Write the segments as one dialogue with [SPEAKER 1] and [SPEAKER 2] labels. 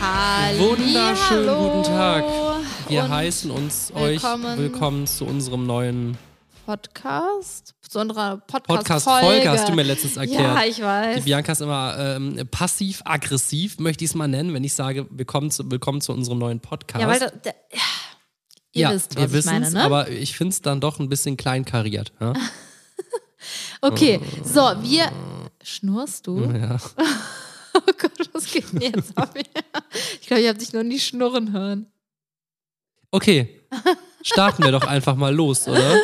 [SPEAKER 1] Hallo.
[SPEAKER 2] Wunderschönen guten Tag. Wir
[SPEAKER 1] und
[SPEAKER 2] heißen uns
[SPEAKER 1] willkommen-
[SPEAKER 2] euch willkommen zu unserem neuen
[SPEAKER 1] Podcast. Besonderer Podcast-Folge.
[SPEAKER 2] Podcast-Folge, hast du mir letztens erklärt.
[SPEAKER 1] Ja, ich
[SPEAKER 2] Die
[SPEAKER 1] weiß.
[SPEAKER 2] Bianca ist immer ähm, passiv-aggressiv, möchte ich es mal nennen, wenn ich sage, willkommen zu, willkommen zu unserem neuen Podcast.
[SPEAKER 1] Ja, weil da, da, ihr
[SPEAKER 2] Ja,
[SPEAKER 1] wisst,
[SPEAKER 2] wir
[SPEAKER 1] was ich meine,
[SPEAKER 2] wissen's,
[SPEAKER 1] ne?
[SPEAKER 2] aber ich finde es dann doch ein bisschen kleinkariert. Ja?
[SPEAKER 1] okay,
[SPEAKER 2] Oh.
[SPEAKER 1] so, wir. Schnurst du?
[SPEAKER 2] ja.
[SPEAKER 1] Oh Gott, was geht denn jetzt ab? Ich glaube, ich habe dich noch nie schnurren hören.
[SPEAKER 2] Okay, starten wir doch einfach mal los, oder?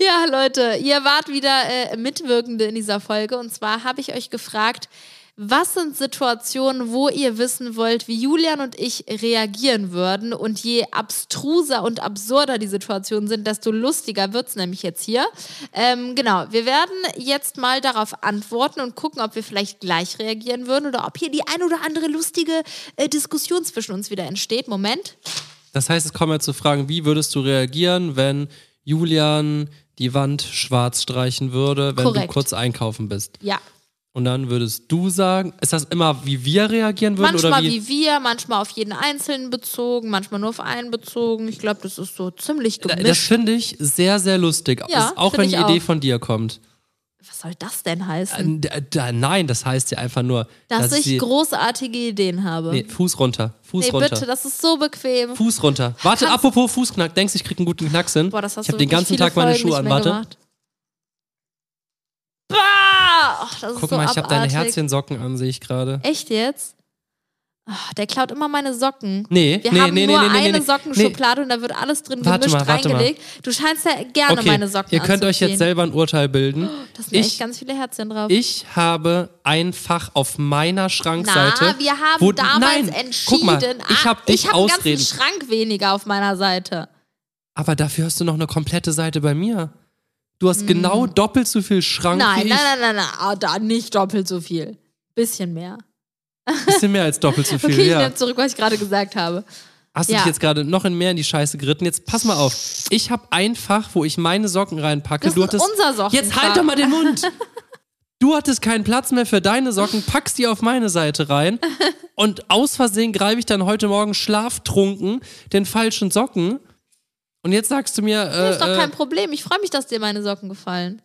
[SPEAKER 1] Ja, Leute, ihr wart wieder äh, Mitwirkende in dieser Folge. Und zwar habe ich euch gefragt, was sind Situationen, wo ihr wissen wollt, wie Julian und ich reagieren würden? Und je abstruser und absurder die Situationen sind, desto lustiger wird es nämlich jetzt hier. Ähm, genau, wir werden jetzt mal darauf antworten und gucken, ob wir vielleicht gleich reagieren würden oder ob hier die ein oder andere lustige äh, Diskussion zwischen uns wieder entsteht. Moment.
[SPEAKER 2] Das heißt, es kommen jetzt zu Fragen, wie würdest du reagieren, wenn Julian die Wand schwarz streichen würde, wenn
[SPEAKER 1] Korrekt.
[SPEAKER 2] du kurz einkaufen bist?
[SPEAKER 1] Ja.
[SPEAKER 2] Und dann würdest du sagen, ist das immer, wie wir reagieren würden
[SPEAKER 1] Manchmal
[SPEAKER 2] oder
[SPEAKER 1] wie, wir, manchmal auf jeden Einzelnen bezogen, manchmal nur auf einen bezogen. Ich glaube, das ist so ziemlich
[SPEAKER 2] Das
[SPEAKER 1] gemischt.
[SPEAKER 2] finde ich sehr, sehr lustig.
[SPEAKER 1] Ja,
[SPEAKER 2] Ist auch
[SPEAKER 1] finde
[SPEAKER 2] wenn die
[SPEAKER 1] ich
[SPEAKER 2] Idee
[SPEAKER 1] auch.
[SPEAKER 2] von dir kommt.
[SPEAKER 1] Was soll das denn heißen?
[SPEAKER 2] Äh, d- d- Nein, das heißt ja einfach nur,
[SPEAKER 1] Dass
[SPEAKER 2] dass
[SPEAKER 1] ich
[SPEAKER 2] sie-
[SPEAKER 1] großartige Ideen habe.
[SPEAKER 2] nee,
[SPEAKER 1] Nee,
[SPEAKER 2] Fuß runter, Fuß runter.
[SPEAKER 1] bitte, das ist so bequem.
[SPEAKER 2] Fuß runter. Warte,
[SPEAKER 1] Kannst-
[SPEAKER 2] apropos Fußknack, denkst du, ich krieg einen guten Knacks hin?
[SPEAKER 1] Boah, das hast
[SPEAKER 2] ich
[SPEAKER 1] du
[SPEAKER 2] habe den
[SPEAKER 1] wirklich
[SPEAKER 2] ganzen
[SPEAKER 1] viele
[SPEAKER 2] Tag meine
[SPEAKER 1] Folgen
[SPEAKER 2] Schuhe
[SPEAKER 1] nicht
[SPEAKER 2] an.
[SPEAKER 1] mehr
[SPEAKER 2] Warte,
[SPEAKER 1] Gemacht. Bah! Och, das ist
[SPEAKER 2] guck
[SPEAKER 1] so
[SPEAKER 2] mal, ich habe deine
[SPEAKER 1] abartig.
[SPEAKER 2] Herzchensocken an, sehe ich gerade.
[SPEAKER 1] Echt jetzt? Ach, der klaut immer meine Socken.
[SPEAKER 2] Nee,
[SPEAKER 1] Wir
[SPEAKER 2] nee,
[SPEAKER 1] haben
[SPEAKER 2] nee,
[SPEAKER 1] nur
[SPEAKER 2] nee, nee, nee,
[SPEAKER 1] eine
[SPEAKER 2] nee.
[SPEAKER 1] Sockenschublade und da wird alles drin
[SPEAKER 2] Warte
[SPEAKER 1] gemischt
[SPEAKER 2] mal, warte mal.
[SPEAKER 1] reingelegt. Du scheinst ja gerne
[SPEAKER 2] okay,
[SPEAKER 1] meine Socken
[SPEAKER 2] ihr könnt euch jetzt
[SPEAKER 1] anzuziehen.
[SPEAKER 2] selber ein Urteil bilden.
[SPEAKER 1] Das sind echt
[SPEAKER 2] Ich,
[SPEAKER 1] ganz viele Herzchen drauf.
[SPEAKER 2] ich habe einfach auf meiner Schrankseite...
[SPEAKER 1] Na, wir haben
[SPEAKER 2] wo,
[SPEAKER 1] damals
[SPEAKER 2] nein,
[SPEAKER 1] entschieden.
[SPEAKER 2] guck mal, ich
[SPEAKER 1] Ah,
[SPEAKER 2] habe dich
[SPEAKER 1] ich hab einen
[SPEAKER 2] ausreden.
[SPEAKER 1] ganzen Schrank weniger auf meiner Seite.
[SPEAKER 2] Aber dafür hast du noch eine komplette Seite bei mir. Du hast genau doppelt so viel Schrank
[SPEAKER 1] Hm. Nein,
[SPEAKER 2] wie
[SPEAKER 1] nein,
[SPEAKER 2] ich.
[SPEAKER 1] nein, nein, nein, ah, da nicht doppelt so viel. Bisschen mehr.
[SPEAKER 2] Bisschen mehr als doppelt so viel.
[SPEAKER 1] Okay, ich
[SPEAKER 2] ja.
[SPEAKER 1] nehme zurück, was ich gerade gesagt habe.
[SPEAKER 2] Hast du
[SPEAKER 1] Ja.
[SPEAKER 2] dich jetzt gerade noch in mehr in die Scheiße geritten? Jetzt pass mal auf. Ich habe einfach, wo ich meine Socken reinpacke,
[SPEAKER 1] Das
[SPEAKER 2] du
[SPEAKER 1] sind
[SPEAKER 2] hattest.
[SPEAKER 1] unser Socken.
[SPEAKER 2] jetzt halt doch mal den Mund! Du hattest keinen Platz mehr für deine Socken, packst die auf meine Seite rein und aus Versehen greife ich dann heute Morgen schlaftrunken den falschen Socken. Und jetzt sagst du mir,
[SPEAKER 1] Das ist doch
[SPEAKER 2] äh, äh,
[SPEAKER 1] kein Problem. Ich freue mich, dass dir meine Socken gefallen.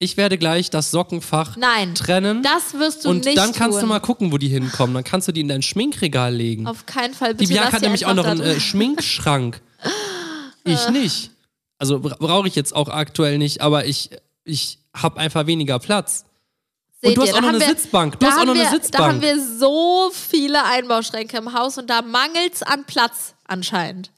[SPEAKER 2] ich werde gleich das Sockenfach
[SPEAKER 1] Nein.
[SPEAKER 2] trennen.
[SPEAKER 1] Das wirst du
[SPEAKER 2] Hm? und
[SPEAKER 1] nicht
[SPEAKER 2] dann kannst
[SPEAKER 1] tun.
[SPEAKER 2] du mal gucken, wo die hinkommen. Dann kannst du die in dein Schminkregal legen.
[SPEAKER 1] Auf keinen Fall. Bitte
[SPEAKER 2] Die Bianca
[SPEAKER 1] lass
[SPEAKER 2] hat
[SPEAKER 1] die
[SPEAKER 2] nämlich auch
[SPEAKER 1] einfach
[SPEAKER 2] noch einen
[SPEAKER 1] da
[SPEAKER 2] äh,
[SPEAKER 1] drin.
[SPEAKER 2] Schminkschrank. Ich nicht. Also bra- brauche ich jetzt auch aktuell nicht, aber ich, ich habe einfach weniger Platz.
[SPEAKER 1] Seht
[SPEAKER 2] und du hast
[SPEAKER 1] ihr,
[SPEAKER 2] auch
[SPEAKER 1] da
[SPEAKER 2] noch
[SPEAKER 1] haben
[SPEAKER 2] eine
[SPEAKER 1] wir-
[SPEAKER 2] Sitzbank. Du
[SPEAKER 1] Da
[SPEAKER 2] hast auch
[SPEAKER 1] haben
[SPEAKER 2] noch
[SPEAKER 1] wir,
[SPEAKER 2] eine
[SPEAKER 1] Da haben
[SPEAKER 2] Sitzbank.
[SPEAKER 1] wir so viele Einbauschränke im Haus und da mangelt's an Platz anscheinend.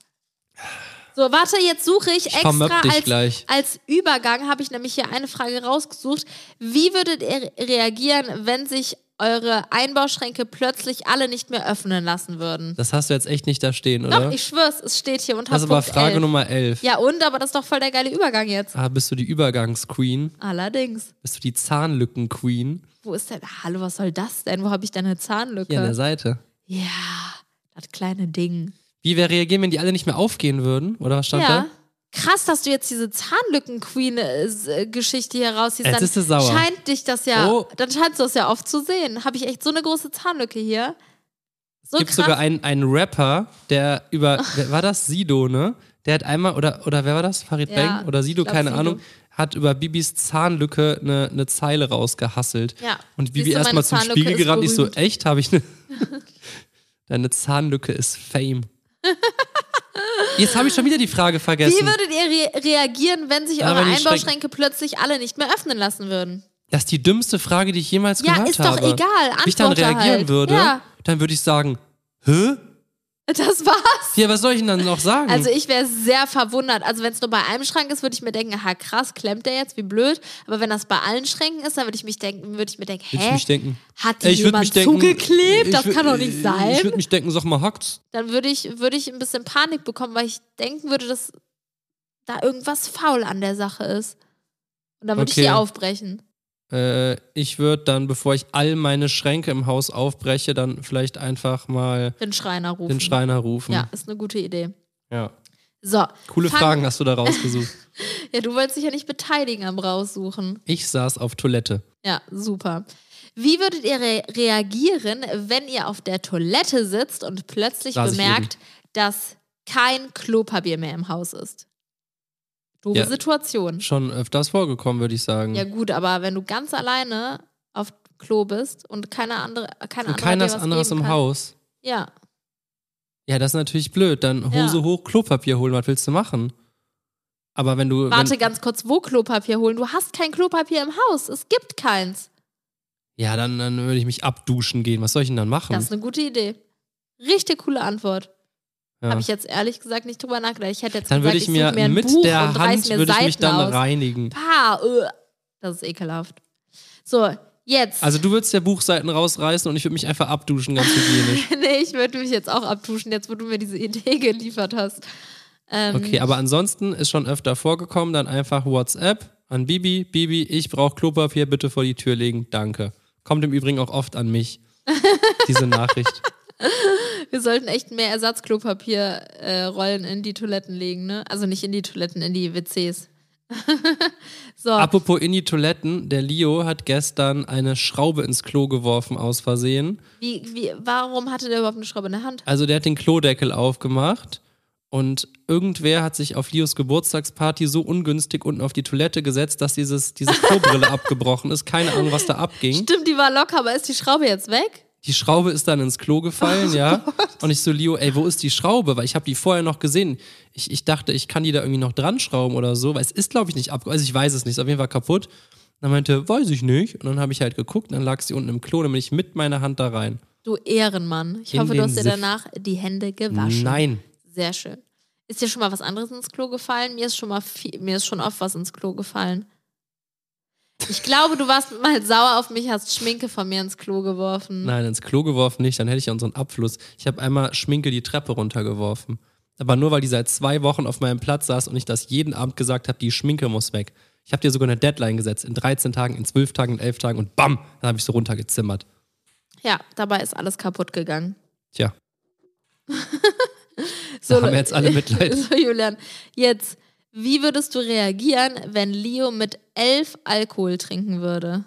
[SPEAKER 1] So, warte, jetzt suche ich, extra
[SPEAKER 2] vermöpp dich
[SPEAKER 1] als,
[SPEAKER 2] gleich.
[SPEAKER 1] als Übergang habe ich nämlich hier eine Frage rausgesucht. Wie würdet ihr reagieren, wenn sich eure Einbauschränke plötzlich alle nicht mehr öffnen lassen würden?
[SPEAKER 2] Das hast du jetzt echt nicht da stehen,
[SPEAKER 1] Doch,
[SPEAKER 2] oder?
[SPEAKER 1] ich schwör's, es steht hier unter
[SPEAKER 2] das ist aber
[SPEAKER 1] Punkt
[SPEAKER 2] Frage
[SPEAKER 1] 11.
[SPEAKER 2] Nummer 11.
[SPEAKER 1] Ja und, aber das ist doch voll der geile Übergang jetzt.
[SPEAKER 2] Ah, bist du die Übergangsqueen?
[SPEAKER 1] Allerdings,
[SPEAKER 2] Bist du die Zahnlückenqueen?
[SPEAKER 1] wo ist denn, hallo, was soll das denn? Wo habe ich denn eine Zahnlücke?
[SPEAKER 2] Hier an der Seite.
[SPEAKER 1] Ja, das kleine Ding.
[SPEAKER 2] Wie wäre reagieren, wenn die alle nicht mehr aufgehen würden? Oder was stand
[SPEAKER 1] Ja.
[SPEAKER 2] da?
[SPEAKER 1] Krass, dass du jetzt diese Zahnlücken-Queen-Geschichte hier rausziehst.
[SPEAKER 2] Jetzt
[SPEAKER 1] Dann
[SPEAKER 2] ist sie sauer.
[SPEAKER 1] scheint dich das ja,
[SPEAKER 2] Oh.
[SPEAKER 1] dann scheinst du das ja oft zu sehen. Habe ich echt so eine große Zahnlücke hier? So
[SPEAKER 2] Es gibt
[SPEAKER 1] krass.
[SPEAKER 2] sogar einen, einen Rapper, der über, wer war das? Sido, ne? Der hat einmal, oder, oder wer war das? Farid
[SPEAKER 1] Ja,
[SPEAKER 2] Bang oder Sido,
[SPEAKER 1] ich glaub,
[SPEAKER 2] keine
[SPEAKER 1] Sido.
[SPEAKER 2] Ahnung, hat über Bibis Zahnlücke eine, eine Zeile rausgehasselt.
[SPEAKER 1] Ja.
[SPEAKER 2] Und Bibi
[SPEAKER 1] Siehst du, meine
[SPEAKER 2] erstmal zum
[SPEAKER 1] Zahnlücke
[SPEAKER 2] Spiegel
[SPEAKER 1] ist
[SPEAKER 2] gerannt, ich so,
[SPEAKER 1] berühmt.
[SPEAKER 2] echt, habe ich eine. Deine Zahnlücke ist Fame. Jetzt habe ich schon wieder die Frage
[SPEAKER 1] Wie
[SPEAKER 2] vergessen,
[SPEAKER 1] würdet ihr re reagieren, wenn sich
[SPEAKER 2] Ja,
[SPEAKER 1] eure
[SPEAKER 2] wenn die Schränke-
[SPEAKER 1] Einbauschränke plötzlich alle nicht mehr öffnen lassen würden?
[SPEAKER 2] das ist die dümmste Frage, die ich jemals
[SPEAKER 1] Ja,
[SPEAKER 2] gehört
[SPEAKER 1] ist doch
[SPEAKER 2] habe.
[SPEAKER 1] egal,
[SPEAKER 2] Wenn ich dann
[SPEAKER 1] antworte
[SPEAKER 2] reagieren
[SPEAKER 1] halt.
[SPEAKER 2] würde,
[SPEAKER 1] Ja.
[SPEAKER 2] dann würde ich sagen, hä?
[SPEAKER 1] Das war's.
[SPEAKER 2] Ja, was soll ich denn dann noch sagen?
[SPEAKER 1] Also ich wäre sehr verwundert. Also wenn es nur bei einem Schrank ist, würde ich mir denken, aha krass, klemmt der jetzt, wie blöd. Aber wenn das bei allen Schränken ist, dann würde ich mich denken, würde ich mir denken,
[SPEAKER 2] Würd ich
[SPEAKER 1] hä?
[SPEAKER 2] mich denken.
[SPEAKER 1] Hat die
[SPEAKER 2] Ey, ich würd
[SPEAKER 1] jemand
[SPEAKER 2] mich denken,
[SPEAKER 1] zugeklebt?
[SPEAKER 2] ich
[SPEAKER 1] Das
[SPEAKER 2] würd-
[SPEAKER 1] kann doch nicht
[SPEAKER 2] Ich
[SPEAKER 1] sein.
[SPEAKER 2] würde mich denken, sag mal, hackt's.
[SPEAKER 1] dann würde ich, würde ich ein bisschen Panik bekommen, weil ich denken würde, dass da irgendwas faul an der Sache ist. Und dann würde
[SPEAKER 2] Okay.
[SPEAKER 1] ich die aufbrechen.
[SPEAKER 2] Äh, ich würde dann, bevor ich all meine Schränke im Haus aufbreche, dann vielleicht einfach mal
[SPEAKER 1] Den Schreiner rufen.
[SPEAKER 2] den Schreiner rufen.
[SPEAKER 1] Ja, ist eine gute Idee.
[SPEAKER 2] Ja.
[SPEAKER 1] So.
[SPEAKER 2] Coole
[SPEAKER 1] fang-
[SPEAKER 2] Fragen hast du da rausgesucht.
[SPEAKER 1] Ja, du wolltest dich ja nicht beteiligen am Raussuchen.
[SPEAKER 2] ich saß auf Toilette.
[SPEAKER 1] Ja, super. Wie würdet ihr re reagieren, wenn ihr auf der Toilette sitzt und plötzlich
[SPEAKER 2] Saß ich
[SPEAKER 1] bemerkt, dass kein Klopapier mehr im Haus ist? Doofe
[SPEAKER 2] Ja.
[SPEAKER 1] Situation.
[SPEAKER 2] Schon öfters vorgekommen, würde ich sagen.
[SPEAKER 1] Ja gut, aber wenn du ganz alleine auf Klo bist und keine andere, keine
[SPEAKER 2] Und
[SPEAKER 1] andere
[SPEAKER 2] keiner anderes im
[SPEAKER 1] kann,
[SPEAKER 2] Haus.
[SPEAKER 1] Ja,
[SPEAKER 2] Ja, das ist natürlich blöd.
[SPEAKER 1] Ja.
[SPEAKER 2] Dann Hose hoch, Klopapier holen, was willst du machen? Aber wenn du.
[SPEAKER 1] warte
[SPEAKER 2] wenn,
[SPEAKER 1] ganz kurz, wo Klopapier holen? Du hast kein Klopapier im Haus, es gibt keins.
[SPEAKER 2] ja, dann, dann würde ich mich abduschen gehen. Was soll ich denn dann machen?
[SPEAKER 1] Das ist eine gute Idee. Richtig coole Antwort.
[SPEAKER 2] ja.
[SPEAKER 1] Habe ich jetzt ehrlich gesagt nicht drüber nachgedacht. Ich hätte jetzt
[SPEAKER 2] dann
[SPEAKER 1] gesagt,
[SPEAKER 2] würde
[SPEAKER 1] ich,
[SPEAKER 2] ich mir
[SPEAKER 1] such mir ein
[SPEAKER 2] mit
[SPEAKER 1] Buch
[SPEAKER 2] der
[SPEAKER 1] und reiß
[SPEAKER 2] Hand
[SPEAKER 1] mir
[SPEAKER 2] würde ich
[SPEAKER 1] Seiten
[SPEAKER 2] mich dann
[SPEAKER 1] aus.
[SPEAKER 2] reinigen.
[SPEAKER 1] Pah, äh, das ist ekelhaft. So, jetzt.
[SPEAKER 2] Also du würdest ja Buchseiten rausreißen und ich würde mich einfach abduschen, ganz hygienisch.
[SPEAKER 1] nee, ich würde mich jetzt auch abtuschen, jetzt wo du mir diese Idee geliefert hast. Ähm,
[SPEAKER 2] Okay, aber ansonsten ist schon öfter vorgekommen, dann einfach WhatsApp an Bibi, Bibi, ich brauche Klopapier, bitte vor die Tür legen, danke. Kommt im Übrigen auch oft an mich, diese Nachricht.
[SPEAKER 1] Wir sollten echt mehr Ersatzklopapierrollen äh, Rollen in die Toiletten legen, ne? Also nicht in die Toiletten, in die WCs. so,
[SPEAKER 2] Apropos in die Toiletten, der Leo hat gestern eine Schraube ins Klo geworfen aus Versehen.
[SPEAKER 1] wie, wie, warum hatte der überhaupt eine Schraube in der Hand?
[SPEAKER 2] Also der hat den Klodeckel aufgemacht und irgendwer hat sich auf Leos Geburtstagsparty so ungünstig unten auf die Toilette gesetzt, dass dieses, diese Klobrille abgebrochen ist. Keine Ahnung, was da abging.
[SPEAKER 1] Stimmt, die war locker, aber ist die Schraube jetzt weg?
[SPEAKER 2] Die Schraube ist dann ins Klo gefallen, ja. Und ich so, Leo, ey, wo ist die Schraube? Weil ich habe die vorher noch gesehen. Ich, ich dachte, ich kann die da irgendwie noch dran schrauben oder so, weil es ist, glaube ich, nicht abgebrochen. Also ich weiß es nicht, ist auf jeden Fall kaputt. Und dann meinte, er, weiß ich nicht. Und dann habe ich halt geguckt, und dann lag sie unten im Klo, dann bin ich mit meiner Hand da rein.
[SPEAKER 1] Du Ehrenmann. Ich
[SPEAKER 2] In
[SPEAKER 1] hoffe, du
[SPEAKER 2] den
[SPEAKER 1] hast dir
[SPEAKER 2] Siff.
[SPEAKER 1] danach die Hände gewaschen.
[SPEAKER 2] Nein.
[SPEAKER 1] Sehr schön. Ist dir schon mal was anderes ins Klo gefallen? Mir ist schon mal viel, mir ist schon oft was ins Klo gefallen. Ich glaube, du warst mal sauer auf mich, hast Schminke von mir ins Klo geworfen.
[SPEAKER 2] Nein, ins Klo geworfen nicht, dann hätte ich ja unseren Abfluss. Ich habe einmal Schminke die Treppe runtergeworfen. Aber nur weil die seit zwei Wochen auf meinem Platz saß und ich das jeden Abend gesagt habe, die Schminke muss weg. Ich habe dir sogar eine Deadline gesetzt, in 13 Tagen, in 12 Tagen, in 11 Tagen und bam, dann habe ich so runtergezimmert.
[SPEAKER 1] Ja, dabei ist alles kaputt gegangen.
[SPEAKER 2] Tja,
[SPEAKER 1] So,
[SPEAKER 2] haben wir jetzt alle Mitleid.
[SPEAKER 1] So, Julian, jetzt, wie würdest du reagieren, wenn Leo mit elf Alkohol trinken würde?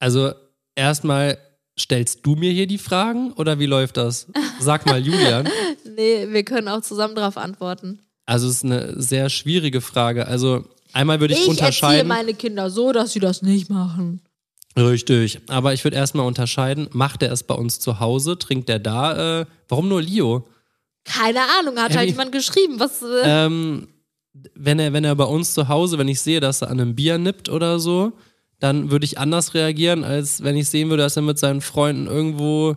[SPEAKER 2] also erstmal stellst du mir hier die Fragen oder wie läuft das? Sag mal, Julian.
[SPEAKER 1] Nee, wir können auch zusammen darauf antworten.
[SPEAKER 2] Also es ist eine sehr schwierige Frage. Also einmal würde ich,
[SPEAKER 1] Ich erziehe
[SPEAKER 2] unterscheiden.
[SPEAKER 1] meine Kinder so, dass sie das nicht machen.
[SPEAKER 2] Richtig. Aber ich würde erstmal unterscheiden, macht er es bei uns zu Hause? Trinkt er da? Äh, warum nur Leo?
[SPEAKER 1] Keine Ahnung, hat halt
[SPEAKER 2] Abby.
[SPEAKER 1] jemand geschrieben. Was, äh,
[SPEAKER 2] Ähm, wenn, er, wenn er bei uns zu Hause, wenn ich sehe, dass er an einem Bier nippt oder so, dann würde ich anders reagieren, als wenn ich sehen würde, dass er mit seinen Freunden irgendwo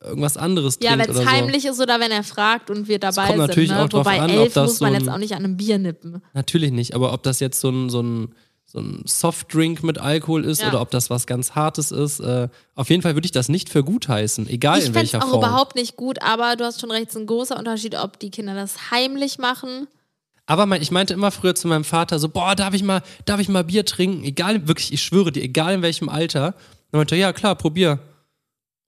[SPEAKER 2] irgendwas anderes
[SPEAKER 1] ja,
[SPEAKER 2] trinkt
[SPEAKER 1] wenn
[SPEAKER 2] oder
[SPEAKER 1] es
[SPEAKER 2] so.
[SPEAKER 1] heimlich ist oder wenn er fragt und wir dabei
[SPEAKER 2] kommt
[SPEAKER 1] sind.
[SPEAKER 2] natürlich
[SPEAKER 1] ne?
[SPEAKER 2] auch drauf
[SPEAKER 1] Wobei
[SPEAKER 2] an, ob
[SPEAKER 1] elf
[SPEAKER 2] das
[SPEAKER 1] muss man
[SPEAKER 2] so
[SPEAKER 1] jetzt
[SPEAKER 2] ein-
[SPEAKER 1] auch nicht an einem Bier nippen.
[SPEAKER 2] Natürlich nicht, aber ob das jetzt so ein, so ein, so ein Softdrink mit Alkohol ist
[SPEAKER 1] Ja.
[SPEAKER 2] oder ob das was ganz Hartes ist, äh, auf jeden Fall würde ich das nicht für gut heißen, egal
[SPEAKER 1] ich
[SPEAKER 2] in
[SPEAKER 1] fänd's
[SPEAKER 2] welcher
[SPEAKER 1] auch
[SPEAKER 2] Form.
[SPEAKER 1] überhaupt nicht gut, aber du hast schon recht, es ist ein großer Unterschied, ob die Kinder das heimlich machen.
[SPEAKER 2] Aber mein, ich meinte immer früher zu meinem Vater so, boah, darf ich mal, darf ich mal Bier trinken? Egal, wirklich, ich schwöre dir, egal in welchem Alter. Dann meinte er, ja klar, probier.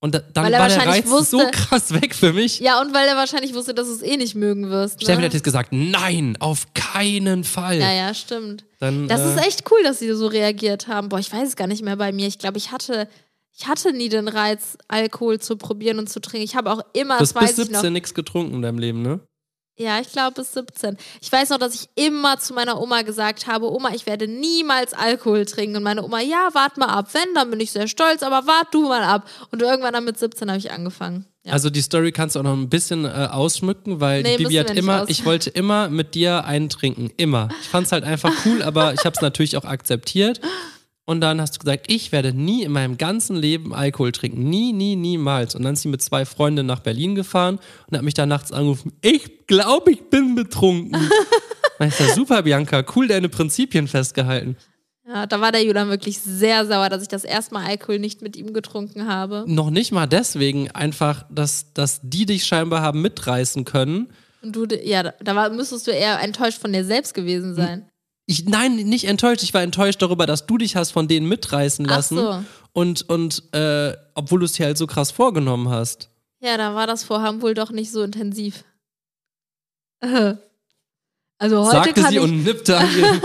[SPEAKER 2] Und da, dann
[SPEAKER 1] Weil er
[SPEAKER 2] war der
[SPEAKER 1] wahrscheinlich
[SPEAKER 2] Reiz so
[SPEAKER 1] wusste-
[SPEAKER 2] krass weg für mich.
[SPEAKER 1] Ja, und weil er wahrscheinlich wusste, dass du es eh nicht mögen wirst. Ne?
[SPEAKER 2] Stefan hätte jetzt gesagt, nein, auf keinen Fall.
[SPEAKER 1] Ja, ja, stimmt.
[SPEAKER 2] Dann,
[SPEAKER 1] Das
[SPEAKER 2] äh,
[SPEAKER 1] ist echt cool, dass sie so reagiert haben. Boah, ich weiß es gar nicht mehr bei mir. Ich glaube, ich hatte, ich hatte nie den Reiz, Alkohol zu probieren und zu trinken. Ich habe auch immer,
[SPEAKER 2] Du hast
[SPEAKER 1] das
[SPEAKER 2] bis
[SPEAKER 1] weiß ich noch.
[SPEAKER 2] 17 nichts getrunken in deinem Leben, ne?
[SPEAKER 1] Ja, ich glaube bis 17. Ich weiß noch, dass ich immer zu meiner Oma gesagt habe, Oma, ich werde niemals Alkohol trinken. Und meine Oma, ja, wart mal ab. Wenn, dann bin ich sehr stolz, aber wart du mal ab. Und irgendwann dann mit 17 habe ich angefangen. Ja.
[SPEAKER 2] Also die Story kannst du auch noch ein bisschen äh, ausschmücken, weil
[SPEAKER 1] Nee,
[SPEAKER 2] die Bibi
[SPEAKER 1] müssen
[SPEAKER 2] hat
[SPEAKER 1] wir nicht
[SPEAKER 2] immer,
[SPEAKER 1] aus-
[SPEAKER 2] ich wollte immer mit dir eintrinken, immer. Ich fand's halt einfach cool, aber ich habe es natürlich auch akzeptiert. Und dann hast du gesagt, ich werde nie in meinem ganzen Leben Alkohol trinken. Nie, nie, niemals. Und dann ist sie mit zwei Freunden nach Berlin gefahren und hat mich da nachts angerufen, ich glaube, ich bin betrunken. Dann ist ja super, Bianca, cool deine Prinzipien festgehalten.
[SPEAKER 1] ja, da war der Julian wirklich sehr sauer, dass ich das erste Mal Alkohol nicht mit ihm getrunken habe.
[SPEAKER 2] Noch nicht mal deswegen, einfach, dass, dass die dich scheinbar haben mitreißen können.
[SPEAKER 1] Und du, ja, da- da war, müsstest du eher enttäuscht von dir selbst
[SPEAKER 2] Hm,
[SPEAKER 1] gewesen sein.
[SPEAKER 2] Ich, nein, nicht enttäuscht. Ich war enttäuscht darüber, dass du dich hast von denen mitreißen
[SPEAKER 1] Ach
[SPEAKER 2] lassen.
[SPEAKER 1] so.
[SPEAKER 2] Und, und äh, obwohl du es dir halt so krass vorgenommen hast.
[SPEAKER 1] Ja, da war das Vorhaben wohl doch nicht so intensiv. Also heute
[SPEAKER 2] sagte
[SPEAKER 1] kann
[SPEAKER 2] sie
[SPEAKER 1] ich,
[SPEAKER 2] und nippte an ihrem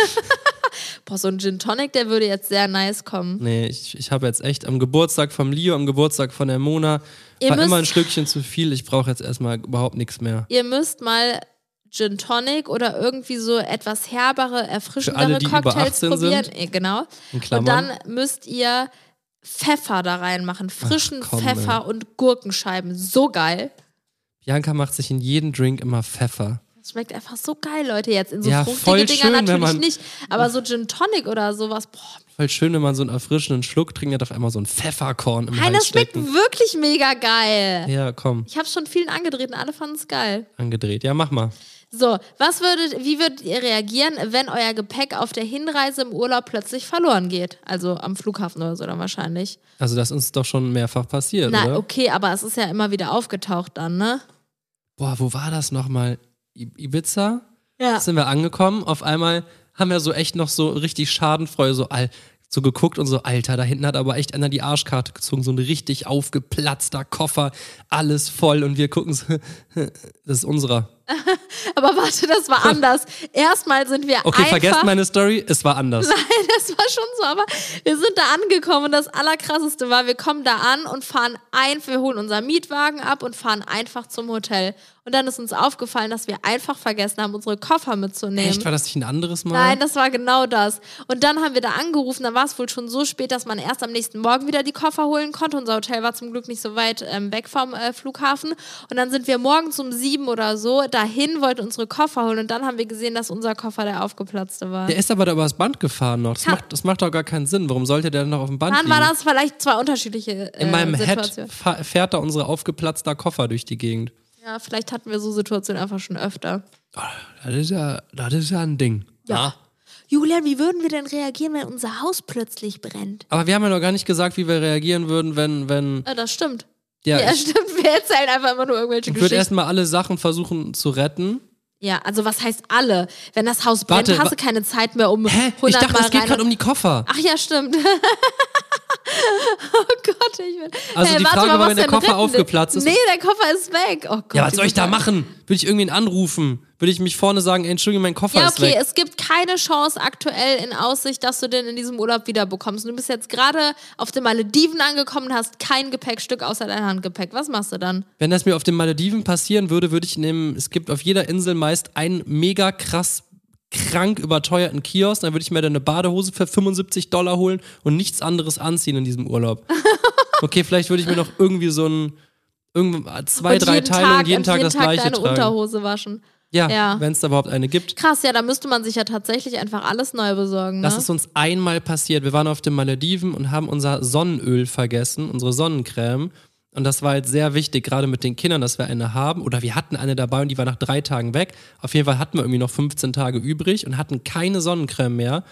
[SPEAKER 1] Boah, so ein Gin Tonic, der würde jetzt sehr nice kommen.
[SPEAKER 2] Nee, ich, ich habe jetzt echt am Geburtstag vom Leo, am Geburtstag von der Mona,
[SPEAKER 1] Ihr
[SPEAKER 2] war immer ein
[SPEAKER 1] müsst-
[SPEAKER 2] Stückchen zu viel. Ich brauche jetzt erstmal überhaupt nichts mehr.
[SPEAKER 1] Ihr müsst mal Gin Tonic oder irgendwie so etwas herbere, erfrischendere
[SPEAKER 2] alle, die über
[SPEAKER 1] Cocktails
[SPEAKER 2] 18
[SPEAKER 1] probieren. Äh, Genau.
[SPEAKER 2] In
[SPEAKER 1] Und
[SPEAKER 2] Klammern.
[SPEAKER 1] dann müsst ihr Pfeffer da reinmachen. Frischen
[SPEAKER 2] Ach, komm,
[SPEAKER 1] Pfeffer und Gurkenscheiben. So geil.
[SPEAKER 2] Bianca macht sich in jeden Drink immer Pfeffer.
[SPEAKER 1] Das schmeckt einfach so geil, Leute, jetzt. In so
[SPEAKER 2] Ja, voll
[SPEAKER 1] fruchtige
[SPEAKER 2] schön,
[SPEAKER 1] Dinger
[SPEAKER 2] wenn
[SPEAKER 1] natürlich
[SPEAKER 2] man-
[SPEAKER 1] nicht. Aber so Gin Tonic oder sowas, boah,
[SPEAKER 2] Voll schön, wenn man so einen erfrischenden Schluck trinkt, hat auf einmal so ein Pfefferkorn im
[SPEAKER 1] Nein,
[SPEAKER 2] Hals
[SPEAKER 1] das schmeckt
[SPEAKER 2] stecken.
[SPEAKER 1] wirklich mega geil.
[SPEAKER 2] Ja, komm,
[SPEAKER 1] Ich habe schon vielen angedreht und alle fanden es geil.
[SPEAKER 2] angedreht. Ja, mach mal.
[SPEAKER 1] So, was würdet, wie würdet ihr reagieren, wenn euer Gepäck auf der Hinreise im Urlaub plötzlich verloren geht? Also am Flughafen oder so dann wahrscheinlich.
[SPEAKER 2] Also das ist uns doch schon mehrfach passiert,
[SPEAKER 1] Na,
[SPEAKER 2] oder?
[SPEAKER 1] okay, aber es ist ja immer wieder aufgetaucht dann, ne?
[SPEAKER 2] Boah, wo war das nochmal? I Ibiza?
[SPEAKER 1] Ja.
[SPEAKER 2] Sind wir angekommen, auf einmal haben wir so echt noch so richtig Schadenfreude so, all, so geguckt und so, Alter, da hinten hat aber echt einer die Arschkarte gezogen, so ein richtig aufgeplatzter Koffer, alles voll und wir gucken so, das ist unserer.
[SPEAKER 1] Aber warte, das war anders. Erstmal sind wir
[SPEAKER 2] Okay, vergesst
[SPEAKER 1] einfach.
[SPEAKER 2] meine Story, es war anders.
[SPEAKER 1] Nein, das war schon so, aber wir sind da angekommen und das Allerkrasseste war, wir kommen da an und fahren ein, wir holen unseren Mietwagen ab und fahren einfach zum Hotel. Und dann ist uns aufgefallen, dass wir einfach vergessen haben, unsere Koffer mitzunehmen.
[SPEAKER 2] Echt, war das nicht ein anderes Mal?
[SPEAKER 1] Nein, das war genau das. Und dann haben wir da angerufen, dann war es wohl schon so spät, dass man erst am nächsten Morgen wieder die Koffer holen konnte. Unser Hotel war zum Glück nicht so weit ähm, weg vom äh, Flughafen. Und dann sind wir morgens um sieben oder so dahin, wollten unsere Koffer holen und dann haben wir gesehen, dass unser Koffer der aufgeplatzte war.
[SPEAKER 2] Der ist aber da übers Band gefahren noch. Das,
[SPEAKER 1] Kann-
[SPEAKER 2] macht, das macht doch gar keinen Sinn. Warum sollte der denn noch auf dem Band
[SPEAKER 1] Dann
[SPEAKER 2] liegen?
[SPEAKER 1] war das vielleicht zwei unterschiedliche äh,
[SPEAKER 2] In meinem
[SPEAKER 1] Situationen.
[SPEAKER 2] Head fa- fährt da unsere aufgeplatzter Koffer durch die Gegend.
[SPEAKER 1] Ja, vielleicht hatten wir so Situationen einfach schon öfter.
[SPEAKER 2] Das ist ja, das ist ja ein Ding. Ja.
[SPEAKER 1] Julian, wie würden wir denn reagieren, wenn unser Haus plötzlich brennt?
[SPEAKER 2] Aber wir haben ja noch gar nicht gesagt, wie wir reagieren würden, wenn, wenn,
[SPEAKER 1] Ah, das stimmt.
[SPEAKER 2] ja,
[SPEAKER 1] Ja,
[SPEAKER 2] ich,
[SPEAKER 1] stimmt. Wir erzählen einfach immer nur irgendwelche
[SPEAKER 2] ich würde
[SPEAKER 1] Geschichten.
[SPEAKER 2] erstmal alle Sachen versuchen zu retten.
[SPEAKER 1] Ja, also was heißt alle? Wenn das Haus brennt,
[SPEAKER 2] Warte,
[SPEAKER 1] hast
[SPEAKER 2] wa-
[SPEAKER 1] du keine Zeit mehr um
[SPEAKER 2] Hä?
[SPEAKER 1] 100
[SPEAKER 2] ich dachte,
[SPEAKER 1] Mal
[SPEAKER 2] es geht
[SPEAKER 1] rein
[SPEAKER 2] gerade
[SPEAKER 1] und-
[SPEAKER 2] um die Koffer.
[SPEAKER 1] Ach ja, stimmt. oh Gott, ich bin.
[SPEAKER 2] Also
[SPEAKER 1] Hey,
[SPEAKER 2] die
[SPEAKER 1] warte
[SPEAKER 2] Frage
[SPEAKER 1] mal,
[SPEAKER 2] war,
[SPEAKER 1] was
[SPEAKER 2] wenn der
[SPEAKER 1] denn
[SPEAKER 2] Koffer
[SPEAKER 1] retten?
[SPEAKER 2] aufgeplatzt ist.
[SPEAKER 1] Nee, der Koffer ist weg. Oh Gott.
[SPEAKER 2] ja, was soll ich da
[SPEAKER 1] diese-
[SPEAKER 2] machen? Würde ich irgendwen anrufen? Würde ich mich vorne sagen, ey, Entschuldigung, mein Koffer
[SPEAKER 1] Ja,
[SPEAKER 2] ist
[SPEAKER 1] okay,
[SPEAKER 2] weg?
[SPEAKER 1] es gibt keine Chance aktuell in Aussicht, dass du den in diesem Urlaub wiederbekommst. Du bist jetzt gerade auf den Malediven angekommen und hast kein Gepäckstück außer dein Handgepäck. Was machst du dann?
[SPEAKER 2] Wenn das mir auf den Malediven passieren würde, würde ich nehmen, es gibt auf jeder Insel meist einen mega krass krank überteuerten Kiosk, dann würde ich mir dann eine Badehose für 75 Dollar holen und nichts anderes anziehen in diesem Urlaub. Okay, vielleicht würde ich mir noch irgendwie so ein irgend- zwei,
[SPEAKER 1] und
[SPEAKER 2] drei
[SPEAKER 1] jeden
[SPEAKER 2] Teile
[SPEAKER 1] Tag,
[SPEAKER 2] und jeden Tag, das gleiche
[SPEAKER 1] deine
[SPEAKER 2] tragen.
[SPEAKER 1] Unterhose waschen.
[SPEAKER 2] Ja,
[SPEAKER 1] Ja.
[SPEAKER 2] wenn es da überhaupt eine gibt.
[SPEAKER 1] Krass, ja, da müsste man sich ja tatsächlich einfach alles neu besorgen. Ne?
[SPEAKER 2] Das ist uns einmal passiert. Wir waren auf den Malediven und haben unser Sonnenöl vergessen, unsere Sonnencreme. Und das war jetzt sehr wichtig, gerade mit den Kindern, dass wir eine haben. Oder wir hatten eine dabei und die war nach drei Tagen weg. Auf jeden Fall hatten wir irgendwie noch 15 Tage übrig und hatten keine Sonnencreme mehr.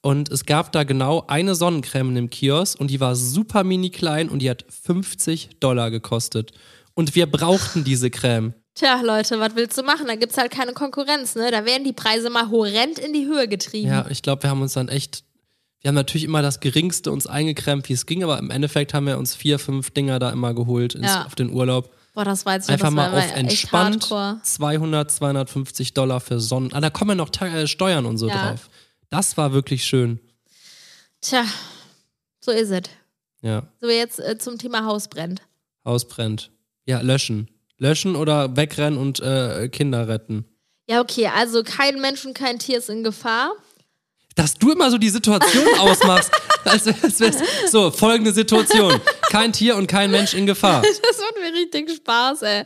[SPEAKER 2] Und es gab da genau eine Sonnencreme in dem Kiosk und die war super mini klein und die hat 50 Dollar gekostet. Und wir brauchten diese Creme.
[SPEAKER 1] Tja, Leute, was willst du machen? Da gibt's halt keine Konkurrenz, ne? Da werden die Preise mal horrend in die Höhe getrieben.
[SPEAKER 2] Ja, ich glaube, wir haben uns dann echt, wir haben natürlich immer das Geringste uns eingekrämt, wie es ging, aber im Endeffekt haben wir uns vier, fünf Dinger da immer geholt ins,
[SPEAKER 1] Ja.
[SPEAKER 2] auf den Urlaub.
[SPEAKER 1] Boah, das war jetzt schon-
[SPEAKER 2] Einfach
[SPEAKER 1] das
[SPEAKER 2] mal
[SPEAKER 1] war
[SPEAKER 2] auf
[SPEAKER 1] echt
[SPEAKER 2] entspannt
[SPEAKER 1] hardcore.
[SPEAKER 2] 200, 250 Dollar für Sonnen. Ah, da kommen ja noch Te- äh, Steuern und so
[SPEAKER 1] Ja.
[SPEAKER 2] drauf. Das war wirklich schön.
[SPEAKER 1] Tja, so ist es.
[SPEAKER 2] Ja,
[SPEAKER 1] So, jetzt äh, zum Thema Haus brennt.
[SPEAKER 2] Haus brennt. Ja, löschen. Löschen oder wegrennen und äh, Kinder retten.
[SPEAKER 1] Ja, okay, also kein Mensch und kein Tier ist in Gefahr.
[SPEAKER 2] dass du immer so die Situation ausmachst. als wär's, wär's, so, folgende Situation. Kein Tier und kein Mensch in Gefahr.
[SPEAKER 1] Das macht mir richtig Spaß, ey.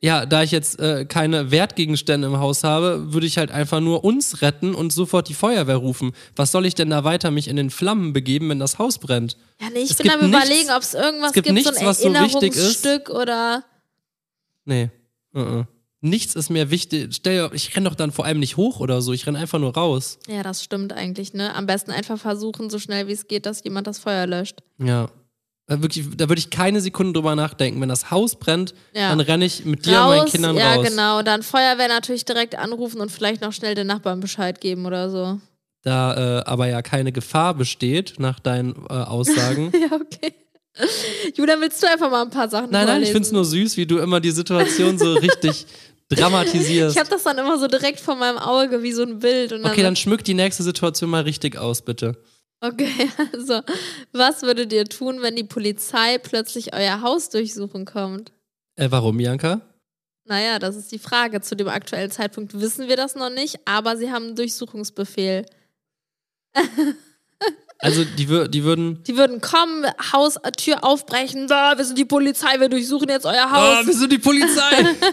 [SPEAKER 2] Ja, da ich jetzt äh, keine Wertgegenstände im Haus habe, würde ich halt einfach nur uns retten und sofort die Feuerwehr rufen. Was soll ich denn da weiter mich in den Flammen begeben, wenn das Haus brennt?
[SPEAKER 1] Ja, nee, ich
[SPEAKER 2] Es
[SPEAKER 1] bin am
[SPEAKER 2] gibt nichts-
[SPEAKER 1] überlegen, ob es irgendwas
[SPEAKER 2] es gibt
[SPEAKER 1] gibt, so
[SPEAKER 2] nichts,
[SPEAKER 1] ein
[SPEAKER 2] was so wichtig ist.
[SPEAKER 1] Erinnerungsstück oder.
[SPEAKER 2] Nee. Uh-uh. Nichts ist mir wichtig. Stell dir, ich renn doch dann vor allem nicht hoch oder so. Ich renn einfach nur raus.
[SPEAKER 1] Ja, das stimmt eigentlich, ne? Am besten einfach versuchen, so schnell wie es geht, dass jemand das Feuer löscht.
[SPEAKER 2] Ja. Da, Äh, wirklich, da würde ich keine Sekunde drüber nachdenken. Wenn das Haus brennt,
[SPEAKER 1] Ja.
[SPEAKER 2] dann renne ich mit dir und meinen Kindern
[SPEAKER 1] ja,
[SPEAKER 2] raus.
[SPEAKER 1] genau. Dann Feuerwehr natürlich direkt anrufen und vielleicht noch schnell den Nachbarn Bescheid geben oder so.
[SPEAKER 2] Da äh, aber ja keine Gefahr besteht, nach deinen äh, Aussagen.
[SPEAKER 1] Ja, okay. Julian, willst du einfach mal ein paar Sachen
[SPEAKER 2] nein, nein, ich
[SPEAKER 1] vorlesen?
[SPEAKER 2] finde es nur süß, wie du immer die Situation so richtig dramatisierst.
[SPEAKER 1] Ich habe das dann immer so direkt vor meinem Auge wie so ein Bild. Und dann
[SPEAKER 2] okay, dann schmück die nächste Situation mal richtig aus, bitte.
[SPEAKER 1] Okay, also, was würdet ihr tun, wenn die Polizei plötzlich euer Haus durchsuchen kommt?
[SPEAKER 2] Äh, warum, Janka?
[SPEAKER 1] Naja, das ist die Frage. Zu dem aktuellen Zeitpunkt wissen wir das noch nicht, aber sie haben einen Durchsuchungsbefehl.
[SPEAKER 2] Also, die, wür die würden.
[SPEAKER 1] Die würden kommen, Haustür aufbrechen, da, wir sind die Polizei, wir durchsuchen jetzt euer Haus.
[SPEAKER 2] Oh, wir sind die Polizei!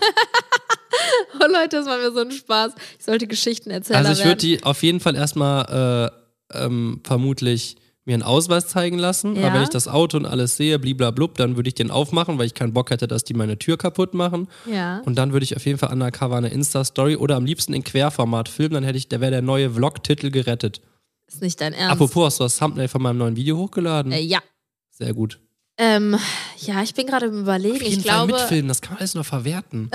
[SPEAKER 1] Oh, Leute, das war mir so ein Spaß. Ich sollte Geschichten erzählen.
[SPEAKER 2] also, ich würde
[SPEAKER 1] werden.
[SPEAKER 2] die auf jeden Fall erstmal äh, ähm, vermutlich mir einen Ausweis zeigen lassen.
[SPEAKER 1] Ja.
[SPEAKER 2] Aber wenn ich das Auto und alles sehe, bliblablub, dann würde ich den aufmachen, weil ich keinen Bock hätte, dass die meine Tür kaputt machen.
[SPEAKER 1] Ja.
[SPEAKER 2] Und dann würde ich auf jeden Fall undercover eine Insta-Story oder am liebsten in Querformat filmen, dann hätte ich, da wäre der neue Vlog-Titel gerettet.
[SPEAKER 1] Ist nicht dein Ernst.
[SPEAKER 2] Apropos, hast du das Thumbnail von meinem neuen Video hochgeladen?
[SPEAKER 1] Äh, ja.
[SPEAKER 2] Sehr gut.
[SPEAKER 1] Ähm, ja, ich bin gerade im Überlegen.
[SPEAKER 2] Auf jeden
[SPEAKER 1] Ich
[SPEAKER 2] Fall
[SPEAKER 1] glaube,
[SPEAKER 2] mitfilmen, das kann man alles noch verwerten.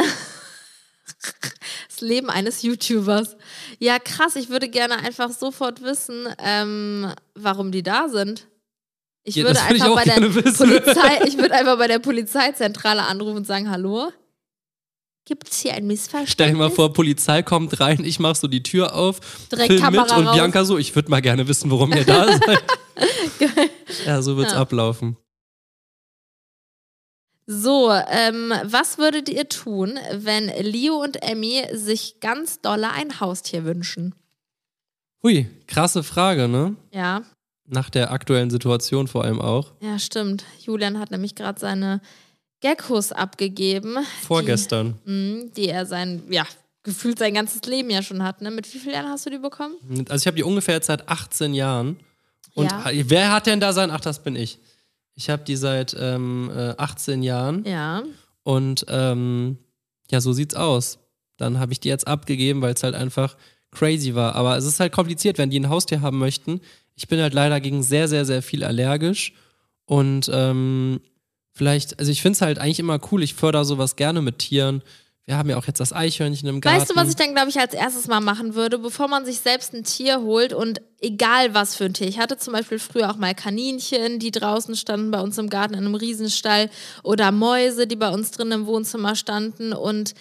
[SPEAKER 1] das Leben eines YouTubers. Ja, krass, ich würde gerne einfach sofort wissen, ähm, warum die da sind. Ich
[SPEAKER 2] Ja,
[SPEAKER 1] würde
[SPEAKER 2] das würde ich
[SPEAKER 1] einfach
[SPEAKER 2] auch
[SPEAKER 1] bei der
[SPEAKER 2] gerne wissen.
[SPEAKER 1] Polizei, ich würde einfach bei der Polizeizentrale anrufen und sagen, hallo? Gibt's hier ein Missverständnis?
[SPEAKER 2] Stell dir mal vor, Polizei kommt rein, ich mach so die Tür auf,
[SPEAKER 1] Direkt
[SPEAKER 2] film mit
[SPEAKER 1] Kamera
[SPEAKER 2] und
[SPEAKER 1] raus.
[SPEAKER 2] Bianca so, ich würde mal gerne wissen, warum ihr da seid. ja, so wird's
[SPEAKER 1] Ja.
[SPEAKER 2] ablaufen.
[SPEAKER 1] So, ähm, was würdet ihr tun, wenn Leo und Emmy sich ganz dolle ein Haustier wünschen?
[SPEAKER 2] Hui, krasse Frage, ne?
[SPEAKER 1] Ja,
[SPEAKER 2] Nach der aktuellen Situation vor allem auch.
[SPEAKER 1] ja, stimmt. Julian hat nämlich gerade seine Geckos abgegeben.
[SPEAKER 2] Vorgestern.
[SPEAKER 1] Die, mh, Mhm, die er sein, ja, gefühlt sein ganzes Leben ja schon hat. Ne? Mit wie vielen Jahren hast du die bekommen?
[SPEAKER 2] Also ich habe die ungefähr jetzt seit 18 Jahren. Und
[SPEAKER 1] Ja.
[SPEAKER 2] ha- wer hat denn da sein? Ach, das bin ich. Ich habe die seit ähm, äh, 18 Jahren.
[SPEAKER 1] Ja.
[SPEAKER 2] Und ähm, ja, so sieht's aus. Dann habe ich die jetzt abgegeben, weil es halt einfach crazy war. Aber es ist halt kompliziert, wenn die ein Haustier haben möchten. Ich bin halt leider gegen sehr, sehr, sehr viel allergisch. Und ähm, vielleicht, also ich finde es halt eigentlich immer cool. Ich fördere sowas gerne mit Tieren. Wir haben ja auch jetzt das Eichhörnchen im Garten.
[SPEAKER 1] Weißt du, was ich dann, glaube ich, als erstes mal machen würde, bevor man sich selbst ein Tier holt und egal was für ein Tier. Ich hatte zum Beispiel früher auch mal Kaninchen, die draußen standen bei uns im Garten in einem Riesenstall oder Mäuse, die bei uns drin im Wohnzimmer standen und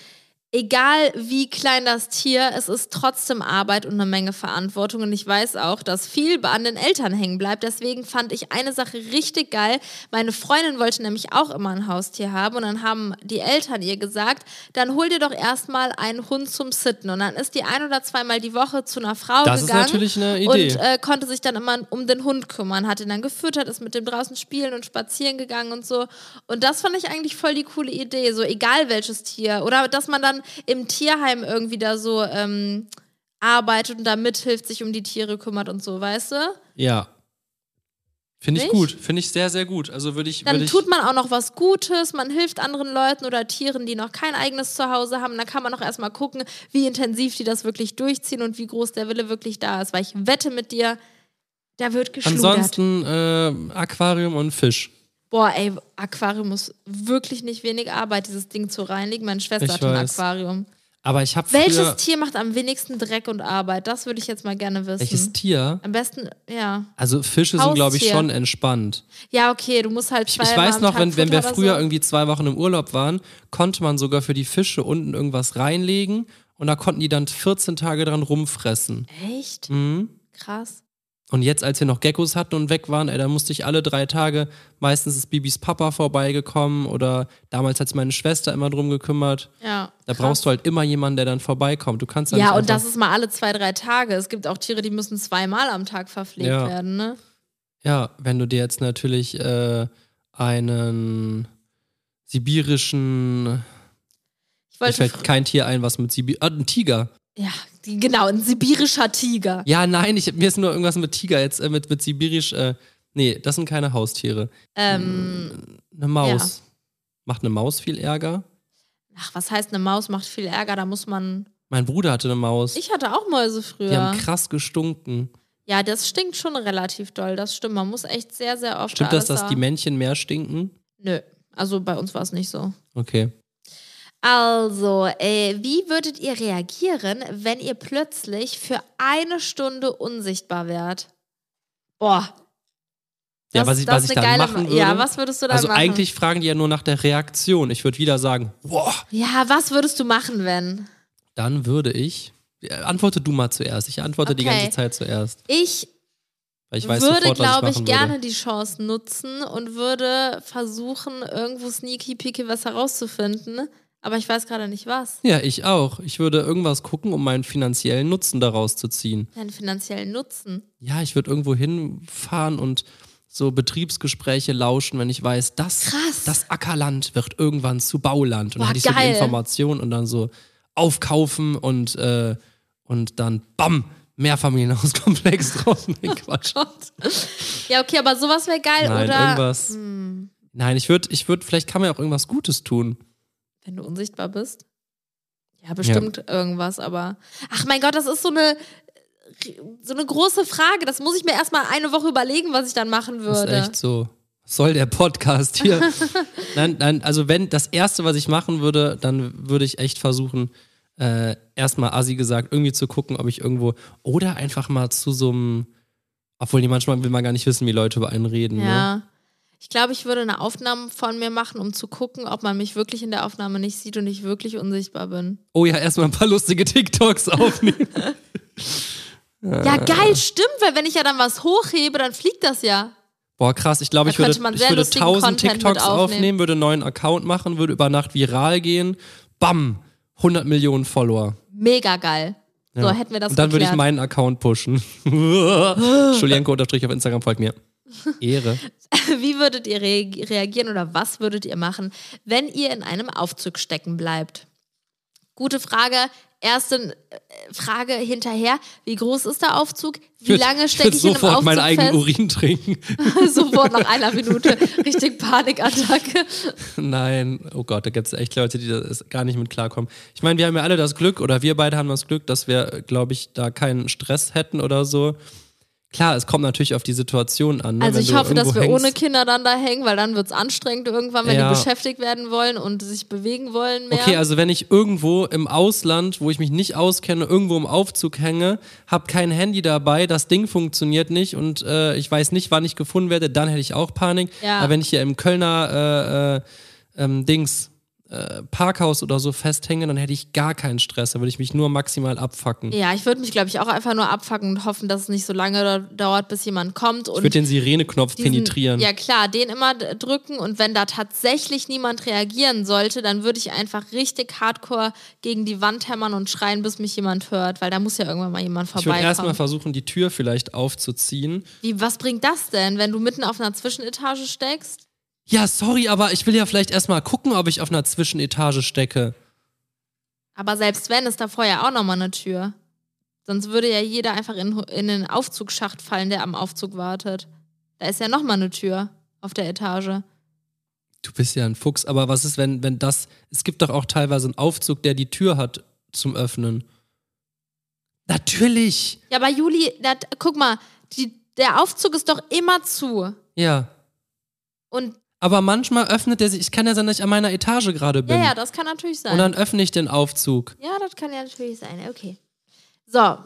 [SPEAKER 1] Egal wie klein das Tier, es ist trotzdem Arbeit und eine Menge Verantwortung. Und ich weiß auch, dass viel an den Eltern hängen bleibt. Deswegen fand ich eine Sache richtig geil. Meine Freundin wollte nämlich auch immer ein Haustier haben. Und dann haben die Eltern ihr gesagt, dann hol dir doch erstmal einen Hund zum Sitten. Und dann ist die ein oder zweimal die Woche zu einer Frau
[SPEAKER 2] Das ist
[SPEAKER 1] gegangen.
[SPEAKER 2] natürlich eine Idee.
[SPEAKER 1] Und äh, konnte sich dann immer um den Hund kümmern, hat ihn dann gefüttert, ist mit dem draußen spielen und spazieren gegangen und so. Und das fand ich eigentlich voll die coole Idee, so egal welches Tier. Oder dass man dann im Tierheim irgendwie da so ähm, arbeitet und da mithilft, sich um die Tiere kümmert und so, weißt du?
[SPEAKER 2] Ja. Finde ich
[SPEAKER 1] Nicht?
[SPEAKER 2] gut. Finde ich sehr, sehr gut. Also würde ich.
[SPEAKER 1] Dann
[SPEAKER 2] würd ich,
[SPEAKER 1] tut man auch noch was Gutes, man hilft anderen Leuten oder Tieren, die noch kein eigenes Zuhause haben. Dann kann man auch erstmal gucken, wie intensiv die das wirklich durchziehen und wie groß der Wille wirklich da ist. Weil ich wette mit dir, da wird geschludert.
[SPEAKER 2] Ansonsten äh, Aquarium und Fisch.
[SPEAKER 1] Boah, ey, Aquarium muss wirklich nicht wenig Arbeit, dieses Ding zu reinigen. Meine Schwester
[SPEAKER 2] Ich
[SPEAKER 1] hat ein
[SPEAKER 2] weiß.
[SPEAKER 1] Aquarium.
[SPEAKER 2] Aber ich habe früher.
[SPEAKER 1] Welches Tier macht am wenigsten Dreck und Arbeit? Das würde ich jetzt mal gerne wissen.
[SPEAKER 2] Welches Tier?
[SPEAKER 1] Am besten, ja.
[SPEAKER 2] Also Fische sind, glaube ich,
[SPEAKER 1] Haustier.
[SPEAKER 2] schon entspannt.
[SPEAKER 1] Ja, okay, du musst halt
[SPEAKER 2] Ich,
[SPEAKER 1] zwei
[SPEAKER 2] ich
[SPEAKER 1] Mal
[SPEAKER 2] weiß
[SPEAKER 1] am
[SPEAKER 2] noch,
[SPEAKER 1] Tag
[SPEAKER 2] wenn, wenn
[SPEAKER 1] Futter
[SPEAKER 2] wir
[SPEAKER 1] oder
[SPEAKER 2] früher
[SPEAKER 1] so.
[SPEAKER 2] irgendwie zwei Wochen im Urlaub waren, konnte man sogar für die Fische unten irgendwas reinlegen und da konnten die dann 14 Tage dran rumfressen.
[SPEAKER 1] Echt?
[SPEAKER 2] Mhm.
[SPEAKER 1] Krass.
[SPEAKER 2] Und jetzt, als wir noch Geckos hatten und weg waren, ey, da musste ich alle drei Tage, meistens ist Bibis Papa vorbeigekommen oder damals hat sich meine Schwester immer drum gekümmert.
[SPEAKER 1] Ja.
[SPEAKER 2] Da
[SPEAKER 1] krass.
[SPEAKER 2] brauchst du halt immer jemanden, der dann vorbeikommt. Du kannst
[SPEAKER 1] Ja,
[SPEAKER 2] nicht
[SPEAKER 1] und das
[SPEAKER 2] einfach-
[SPEAKER 1] ist mal alle zwei, drei Tage. Es gibt auch Tiere, die müssen zweimal am Tag verpflegt
[SPEAKER 2] Ja.
[SPEAKER 1] werden, ne?
[SPEAKER 2] Ja, wenn du dir jetzt natürlich äh, einen sibirischen.
[SPEAKER 1] Ich
[SPEAKER 2] Mir
[SPEAKER 1] wollte.
[SPEAKER 2] fällt kein Tier ein, was mit Sibir. Ah, ein Tiger.
[SPEAKER 1] ja, die- genau, ein sibirischer Tiger.
[SPEAKER 2] Ja, nein, ich, mir ist nur irgendwas mit Tiger jetzt, äh, mit, mit sibirisch. Äh, nee, das sind keine Haustiere.
[SPEAKER 1] Ähm,
[SPEAKER 2] Eine Maus. Macht eine Maus viel Ärger?
[SPEAKER 1] ach, was heißt, eine Maus macht viel Ärger, da muss man.
[SPEAKER 2] Mein Bruder hatte eine Maus.
[SPEAKER 1] Ich hatte auch Mäuse früher.
[SPEAKER 2] Die haben krass gestunken.
[SPEAKER 1] Ja, das stinkt schon relativ doll, das stimmt. Man muss echt sehr, sehr oft.
[SPEAKER 2] Stimmt
[SPEAKER 1] alles
[SPEAKER 2] das, dass
[SPEAKER 1] da-
[SPEAKER 2] die Männchen mehr stinken?
[SPEAKER 1] Nö, also bei uns war es nicht so.
[SPEAKER 2] Okay.
[SPEAKER 1] Also, äh, wie würdet ihr reagieren, wenn ihr plötzlich für eine Stunde unsichtbar wärt? Boah,
[SPEAKER 2] Ja,
[SPEAKER 1] Das-
[SPEAKER 2] was ich,
[SPEAKER 1] das
[SPEAKER 2] was
[SPEAKER 1] ist
[SPEAKER 2] ich
[SPEAKER 1] eine
[SPEAKER 2] dann
[SPEAKER 1] geile
[SPEAKER 2] machen
[SPEAKER 1] Ma-
[SPEAKER 2] würde.
[SPEAKER 1] Ja, was würdest du dann
[SPEAKER 2] also
[SPEAKER 1] machen?
[SPEAKER 2] eigentlich fragen die ja nur nach der Reaktion. Ich würde wieder sagen, wow,
[SPEAKER 1] Ja, was würdest du machen, wenn?
[SPEAKER 2] dann würde ich. Äh, Antworte du mal zuerst. Ich antworte die
[SPEAKER 1] Okay.
[SPEAKER 2] ganze Zeit zuerst.
[SPEAKER 1] Ich
[SPEAKER 2] Weil ich weiß
[SPEAKER 1] würde,
[SPEAKER 2] sofort, was ich
[SPEAKER 1] glaube
[SPEAKER 2] machen
[SPEAKER 1] ich, gerne
[SPEAKER 2] würde.
[SPEAKER 1] die Chance nutzen und würde versuchen, irgendwo sneaky peaky was herauszufinden. Aber ich weiß gerade nicht was.
[SPEAKER 2] Ja, ich auch. Ich würde irgendwas gucken, um meinen finanziellen Nutzen daraus zu ziehen.
[SPEAKER 1] Deinen finanziellen Nutzen.
[SPEAKER 2] Ja, ich würde irgendwo hinfahren und so Betriebsgespräche lauschen, wenn ich weiß, das,
[SPEAKER 1] Krass.
[SPEAKER 2] das Ackerland wird irgendwann zu Bauland. Und dann
[SPEAKER 1] Boah,
[SPEAKER 2] hätte ich so die
[SPEAKER 1] geil.
[SPEAKER 2] Information und dann so aufkaufen und, äh, und dann BAM! Mehrfamilienhauskomplex drauf. Nein, Quatsch.
[SPEAKER 1] Gott. Ja, okay, aber sowas wäre geil,
[SPEAKER 2] Nein,
[SPEAKER 1] oder? Hm.
[SPEAKER 2] irgendwas. Nein, ich würde, ich würd, vielleicht kann man ja auch irgendwas Gutes tun.
[SPEAKER 1] Wenn du unsichtbar bist. Ja, bestimmt irgendwas, aber. Ach mein Gott, das ist so eine. So eine große Frage. Das muss ich mir erstmal eine Woche überlegen, was ich dann machen
[SPEAKER 2] Das
[SPEAKER 1] würde.
[SPEAKER 2] ist echt so. Was soll der Podcast hier? nein, nein, also wenn das Erste, was ich machen würde, dann würde ich echt versuchen, äh, erstmal Assi gesagt, irgendwie zu gucken, ob ich irgendwo oder einfach mal zu so einem, obwohl die manchmal will man gar nicht wissen, wie Leute über einen reden. Ne?
[SPEAKER 1] Ja. Ich glaube, ich würde eine Aufnahme von mir machen, um zu gucken, ob man mich wirklich in der Aufnahme nicht sieht und ich wirklich unsichtbar bin.
[SPEAKER 2] Oh ja, erstmal ein paar lustige TikToks aufnehmen.
[SPEAKER 1] Ja,
[SPEAKER 2] Äh.
[SPEAKER 1] geil, stimmt, weil wenn ich ja dann was hochhebe, dann fliegt das ja.
[SPEAKER 2] Boah, krass, ich
[SPEAKER 1] Da
[SPEAKER 2] glaube, ich würde,
[SPEAKER 1] könnte man
[SPEAKER 2] ich
[SPEAKER 1] sehr
[SPEAKER 2] würde
[SPEAKER 1] lustigen
[SPEAKER 2] 1000
[SPEAKER 1] Content mit
[SPEAKER 2] TikToks
[SPEAKER 1] aufnehmen.
[SPEAKER 2] aufnehmen, würde einen neuen Account machen, würde über Nacht viral gehen. Bam! 100 Millionen Follower.
[SPEAKER 1] Mega geil. So,
[SPEAKER 2] Ja.
[SPEAKER 1] hätten wir das
[SPEAKER 2] Und dann würde ich
[SPEAKER 1] geklärt.
[SPEAKER 2] meinen Account pushen. Julienko unterstrich auf Instagram folgt mir. Ehre.
[SPEAKER 1] Wie würdet ihr re reagieren oder was würdet ihr machen, wenn ihr in einem Aufzug stecken bleibt? Gute Frage. Erste äh, Frage hinterher. Wie groß ist der Aufzug? Wie lange stecke ich, in einem
[SPEAKER 2] sofort
[SPEAKER 1] Aufzug
[SPEAKER 2] meinen eigenen
[SPEAKER 1] fest?
[SPEAKER 2] Urin trinken.
[SPEAKER 1] sofort nach einer Minute. Richtig Panikattacke.
[SPEAKER 2] Nein, oh Gott, da gibt es echt Leute, die das gar nicht mit klarkommen. Ich meine, wir haben ja alle das Glück, oder wir beide haben das Glück, dass wir, glaube ich, da keinen Stress hätten oder so. Klar, es kommt natürlich auf die Situation an. Ne?
[SPEAKER 1] Also
[SPEAKER 2] Wenn
[SPEAKER 1] ich
[SPEAKER 2] du
[SPEAKER 1] hoffe, dass
[SPEAKER 2] irgendwo
[SPEAKER 1] wir
[SPEAKER 2] hängst,
[SPEAKER 1] ohne Kinder dann da hängen, weil dann wird es anstrengend irgendwann, wenn
[SPEAKER 2] Ja.
[SPEAKER 1] die beschäftigt werden wollen und sich bewegen wollen mehr.
[SPEAKER 2] Okay, also wenn ich irgendwo im Ausland, wo ich mich nicht auskenne, irgendwo im Aufzug hänge, hab kein Handy dabei, das Ding funktioniert nicht und äh, ich weiß nicht, wann ich gefunden werde, dann hätte ich auch Panik.
[SPEAKER 1] Ja.
[SPEAKER 2] Aber wenn ich hier im Kölner äh, äh, ähm, Dings äh, Parkhaus oder so festhänge, dann hätte ich gar keinen Stress, da würde ich mich nur maximal abfacken.
[SPEAKER 1] ja, ich würde mich, glaube ich, auch einfach nur abfacken und hoffen, dass es nicht so lange da- dauert, bis jemand kommt
[SPEAKER 2] Ich
[SPEAKER 1] und
[SPEAKER 2] würde den Sireneknopf
[SPEAKER 1] diesen-
[SPEAKER 2] penetrieren.
[SPEAKER 1] Ja klar, den immer d- drücken und wenn da tatsächlich niemand reagieren sollte, dann würde ich einfach richtig hardcore gegen die Wand hämmern und schreien, bis mich jemand hört, weil da muss ja irgendwann mal jemand
[SPEAKER 2] ich würde erstmal
[SPEAKER 1] vorbeikommen.
[SPEAKER 2] versuchen, die Tür vielleicht aufzuziehen.
[SPEAKER 1] Wie, was bringt das denn, wenn du mitten auf einer Zwischenetage steckst?
[SPEAKER 2] Ja, sorry, aber ich will ja vielleicht erstmal gucken, ob ich auf einer Zwischenetage stecke.
[SPEAKER 1] Aber selbst wenn, ist da vorher auch nochmal eine Tür. Sonst würde ja jeder einfach in, in den Aufzugsschacht fallen, der am Aufzug wartet. Da ist ja nochmal eine Tür auf der Etage.
[SPEAKER 2] Du bist ja ein Fuchs, aber was ist, wenn, wenn das. Es gibt doch auch teilweise einen Aufzug, der die Tür hat zum Öffnen. Natürlich!
[SPEAKER 1] Ja, aber Juli, da, guck mal, die, der Aufzug ist doch immer zu.
[SPEAKER 2] Ja.
[SPEAKER 1] Und
[SPEAKER 2] Aber manchmal öffnet er sich. Ich kann ja sein, dass ich an meiner Etage gerade bin.
[SPEAKER 1] ja, ja, das kann natürlich sein.
[SPEAKER 2] Und dann öffne ich den Aufzug.
[SPEAKER 1] ja, das kann ja natürlich sein. Okay. So.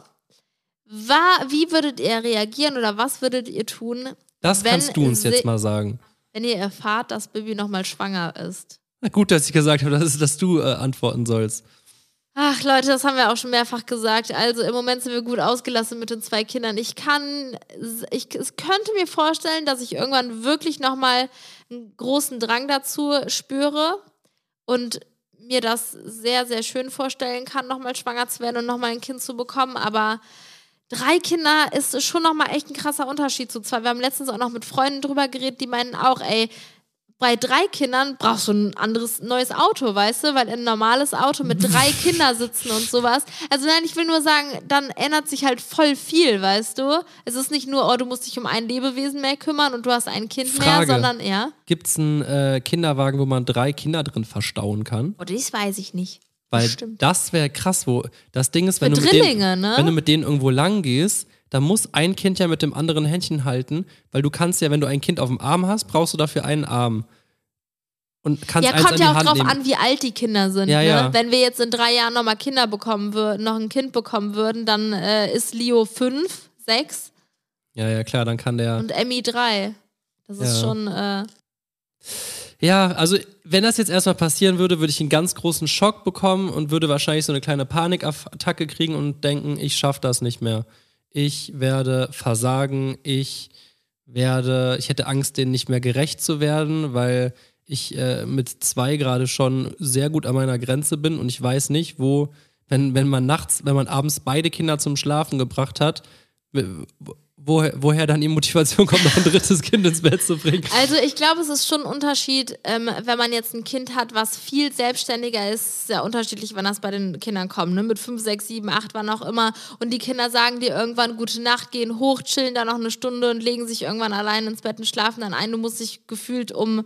[SPEAKER 1] War, wie würdet ihr reagieren oder was würdet ihr tun,
[SPEAKER 2] Das
[SPEAKER 1] Wenn
[SPEAKER 2] kannst du uns
[SPEAKER 1] sie-
[SPEAKER 2] jetzt mal sagen.
[SPEAKER 1] wenn ihr erfahrt, dass Bibi nochmal schwanger ist?
[SPEAKER 2] Na gut, dass ich gesagt habe, dass, es- dass du äh, antworten sollst.
[SPEAKER 1] Ach Leute, das haben wir auch schon mehrfach gesagt. Also im Moment sind wir gut ausgelassen mit den zwei Kindern. Ich kann, ich es könnte mir vorstellen, dass ich irgendwann wirklich nochmal einen großen Drang dazu spüre und mir das sehr, sehr schön vorstellen kann, nochmal schwanger zu werden und nochmal ein Kind zu bekommen. Aber drei Kinder ist schon nochmal echt ein krasser Unterschied zu zwei. Wir haben letztens auch noch mit Freunden drüber geredet, die meinen auch, ey, bei drei Kindern brauchst du ein anderes neues Auto, weißt du, weil ein normales Auto mit drei Kindern sitzen und sowas. Also nein, ich will nur sagen, dann ändert sich halt voll viel, weißt du. Es ist nicht nur, oh, du musst dich um ein Lebewesen mehr kümmern und du hast ein Kind
[SPEAKER 2] Frage.
[SPEAKER 1] mehr, sondern ja.
[SPEAKER 2] Gibt es einen äh, Kinderwagen, wo man drei Kinder drin verstauen kann?
[SPEAKER 1] Oh, das weiß ich nicht.
[SPEAKER 2] Weil
[SPEAKER 1] Stimmt.
[SPEAKER 2] das wäre krass, wo. Das Ding ist, wenn
[SPEAKER 1] Für
[SPEAKER 2] du, mit
[SPEAKER 1] Drillinge,
[SPEAKER 2] denen,
[SPEAKER 1] ne?
[SPEAKER 2] wenn du mit denen irgendwo lang gehst, dann muss ein Kind ja mit dem anderen Händchen halten, weil du kannst ja, wenn du ein Kind auf dem Arm hast, brauchst du dafür einen Arm. Und kannst
[SPEAKER 1] Ja,
[SPEAKER 2] eins an
[SPEAKER 1] kommt
[SPEAKER 2] die
[SPEAKER 1] ja auch
[SPEAKER 2] Hand
[SPEAKER 1] drauf
[SPEAKER 2] nehmen.
[SPEAKER 1] an, wie alt die Kinder sind.
[SPEAKER 2] Ja,
[SPEAKER 1] ne?
[SPEAKER 2] ja.
[SPEAKER 1] Wenn wir jetzt in drei Jahren nochmal Kinder bekommen würden, noch ein Kind bekommen würden, dann äh, ist Leo fünf, sechs
[SPEAKER 2] Ja, ja, klar, dann kann der.
[SPEAKER 1] und Emmy drei. Das ist
[SPEAKER 2] Ja.
[SPEAKER 1] schon. Äh,
[SPEAKER 2] Ja, also wenn das jetzt erstmal passieren würde, würde ich einen ganz großen Schock bekommen und würde wahrscheinlich so eine kleine Panikattacke kriegen und denken, ich schaffe das nicht mehr. Ich werde versagen, ich werde, ich hätte Angst, denen nicht mehr gerecht zu werden, weil ich äh, mit zwei gerade schon sehr gut an meiner Grenze bin und ich weiß nicht, wo, wenn, wenn man nachts, wenn man abends beide Kinder zum Schlafen gebracht hat, w- woher, woher dann die Motivation kommt, noch ein drittes Kind ins Bett zu bringen.
[SPEAKER 1] Also ich glaube, es ist schon ein Unterschied, ähm, wenn man jetzt ein Kind hat, was viel selbstständiger ist, sehr unterschiedlich, wann das bei den Kindern kommt, ne? mit 5, 6, 7, 8, wann auch immer. Und die Kinder sagen dir irgendwann gute Nacht, gehen hoch, chillen da noch eine Stunde und legen sich irgendwann allein ins Bett und schlafen dann ein. Du musst dich gefühlt um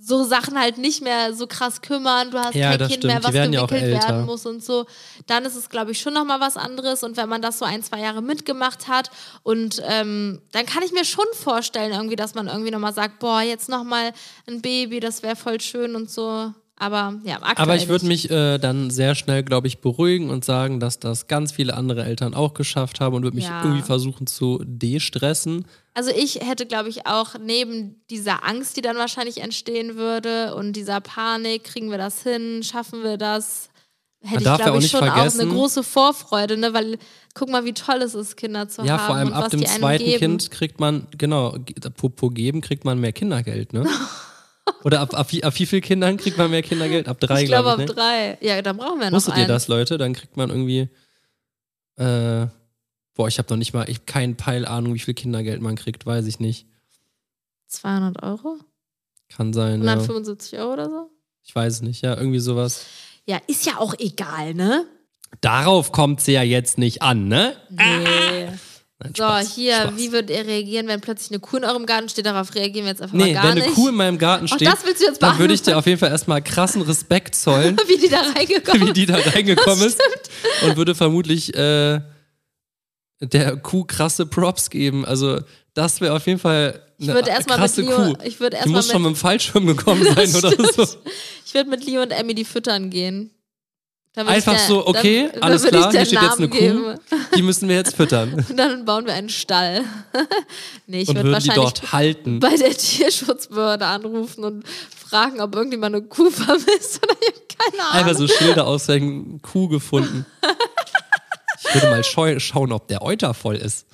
[SPEAKER 1] so Sachen halt nicht mehr so krass kümmern. Du hast
[SPEAKER 2] Ja,
[SPEAKER 1] kein
[SPEAKER 2] das
[SPEAKER 1] Kind
[SPEAKER 2] stimmt.
[SPEAKER 1] mehr,
[SPEAKER 2] Die
[SPEAKER 1] was
[SPEAKER 2] werden ja auch
[SPEAKER 1] gewickelt
[SPEAKER 2] älter.
[SPEAKER 1] werden muss und so. Dann ist es, glaube ich, schon nochmal was anderes. Und wenn man das so ein, zwei Jahre mitgemacht hat und ähm, dann kann ich mir schon vorstellen, irgendwie, dass man irgendwie nochmal sagt, boah, jetzt nochmal ein Baby, das wäre voll schön und so. Aber ja, aktuell
[SPEAKER 2] Aber ich würde
[SPEAKER 1] nicht.
[SPEAKER 2] mich äh, dann sehr schnell, glaube ich, beruhigen und sagen, dass das ganz viele andere Eltern auch geschafft haben und würde mich
[SPEAKER 1] Ja.
[SPEAKER 2] irgendwie versuchen zu destressen.
[SPEAKER 1] Also ich hätte, glaube ich, auch neben dieser Angst, die dann wahrscheinlich entstehen würde und dieser Panik, kriegen wir das hin, schaffen wir das, hätte
[SPEAKER 2] darf
[SPEAKER 1] ich,
[SPEAKER 2] ja
[SPEAKER 1] glaube
[SPEAKER 2] auch
[SPEAKER 1] ich,
[SPEAKER 2] nicht
[SPEAKER 1] schon auch
[SPEAKER 2] vergessen-
[SPEAKER 1] eine große Vorfreude, ne? weil guck mal, wie toll es ist, Kinder zu
[SPEAKER 2] ja,
[SPEAKER 1] haben
[SPEAKER 2] vor allem
[SPEAKER 1] und
[SPEAKER 2] ab
[SPEAKER 1] was
[SPEAKER 2] dem
[SPEAKER 1] die einem
[SPEAKER 2] zweiten
[SPEAKER 1] geben.
[SPEAKER 2] Kind kriegt man, genau, g- apropos geben, kriegt man mehr Kindergeld, ne? Oder ab, ab, wie- ab wie viel Kindern kriegt man mehr Kindergeld? Ab drei,
[SPEAKER 1] ich glaube,
[SPEAKER 2] glaube
[SPEAKER 1] auf
[SPEAKER 2] ich. ne?
[SPEAKER 1] drei. Ja, dann brauchen wir ja noch
[SPEAKER 2] Wusstet ihr
[SPEAKER 1] einen.
[SPEAKER 2] das, Leute? Dann kriegt man irgendwie, äh, boah, ich habe noch nicht mal, ich hab keinen Peil Ahnung, wie viel Kindergeld man kriegt, weiß ich nicht.
[SPEAKER 1] 200 Euro?
[SPEAKER 2] Kann sein, ja.
[SPEAKER 1] 175 Euro oder so?
[SPEAKER 2] Ich weiß es nicht, ja, irgendwie sowas.
[SPEAKER 1] Ja, ist ja auch egal, ne?
[SPEAKER 2] Darauf kommt sie ja jetzt nicht an, ne?
[SPEAKER 1] Nee.
[SPEAKER 2] Nein,
[SPEAKER 1] So,
[SPEAKER 2] Spaß,
[SPEAKER 1] hier,
[SPEAKER 2] Spaß.
[SPEAKER 1] wie würdet ihr reagieren, wenn plötzlich eine Kuh in eurem Garten steht? Darauf reagieren wir jetzt einfach mal
[SPEAKER 2] Nee,
[SPEAKER 1] gar
[SPEAKER 2] wenn eine
[SPEAKER 1] nicht.
[SPEAKER 2] Kuh in meinem Garten
[SPEAKER 1] Ach,
[SPEAKER 2] steht,
[SPEAKER 1] das willst du jetzt
[SPEAKER 2] dann würde ich dir auf jeden Fall erstmal krassen Respekt zollen,
[SPEAKER 1] wie die da reingekommen
[SPEAKER 2] wie die da reingekommen ist. Und würde vermutlich äh, der Kuh krasse Props geben. Also, das wäre auf jeden Fall
[SPEAKER 1] Ich
[SPEAKER 2] eine
[SPEAKER 1] würde erstmal mit
[SPEAKER 2] krasse
[SPEAKER 1] Leo,
[SPEAKER 2] Kuh.
[SPEAKER 1] ich würde
[SPEAKER 2] Die muss
[SPEAKER 1] erstmal
[SPEAKER 2] schon
[SPEAKER 1] mit,
[SPEAKER 2] mit dem Fallschirm gekommen
[SPEAKER 1] Das
[SPEAKER 2] sein oder so.
[SPEAKER 1] ich würde mit Leo und Emmy die füttern gehen. Dann würde ich
[SPEAKER 2] Einfach
[SPEAKER 1] der-
[SPEAKER 2] so, okay,
[SPEAKER 1] dann,
[SPEAKER 2] alles
[SPEAKER 1] dann würde
[SPEAKER 2] klar,
[SPEAKER 1] ich
[SPEAKER 2] hier
[SPEAKER 1] der
[SPEAKER 2] steht jetzt eine
[SPEAKER 1] Namen
[SPEAKER 2] Kuh,
[SPEAKER 1] geben.
[SPEAKER 2] die müssen wir jetzt füttern.
[SPEAKER 1] Und dann bauen wir einen Stall. nee, ich
[SPEAKER 2] Und
[SPEAKER 1] würde
[SPEAKER 2] würden die
[SPEAKER 1] wahrscheinlich
[SPEAKER 2] dort halten.
[SPEAKER 1] bei der Tierschutzbehörde anrufen und fragen, ob irgendjemand eine Kuh vermisst oder ich habe keine Ahnung.
[SPEAKER 2] Einfach so Schilder aushängen, Kuh gefunden. Ich würde mal scheu- schauen, ob der Euter voll ist.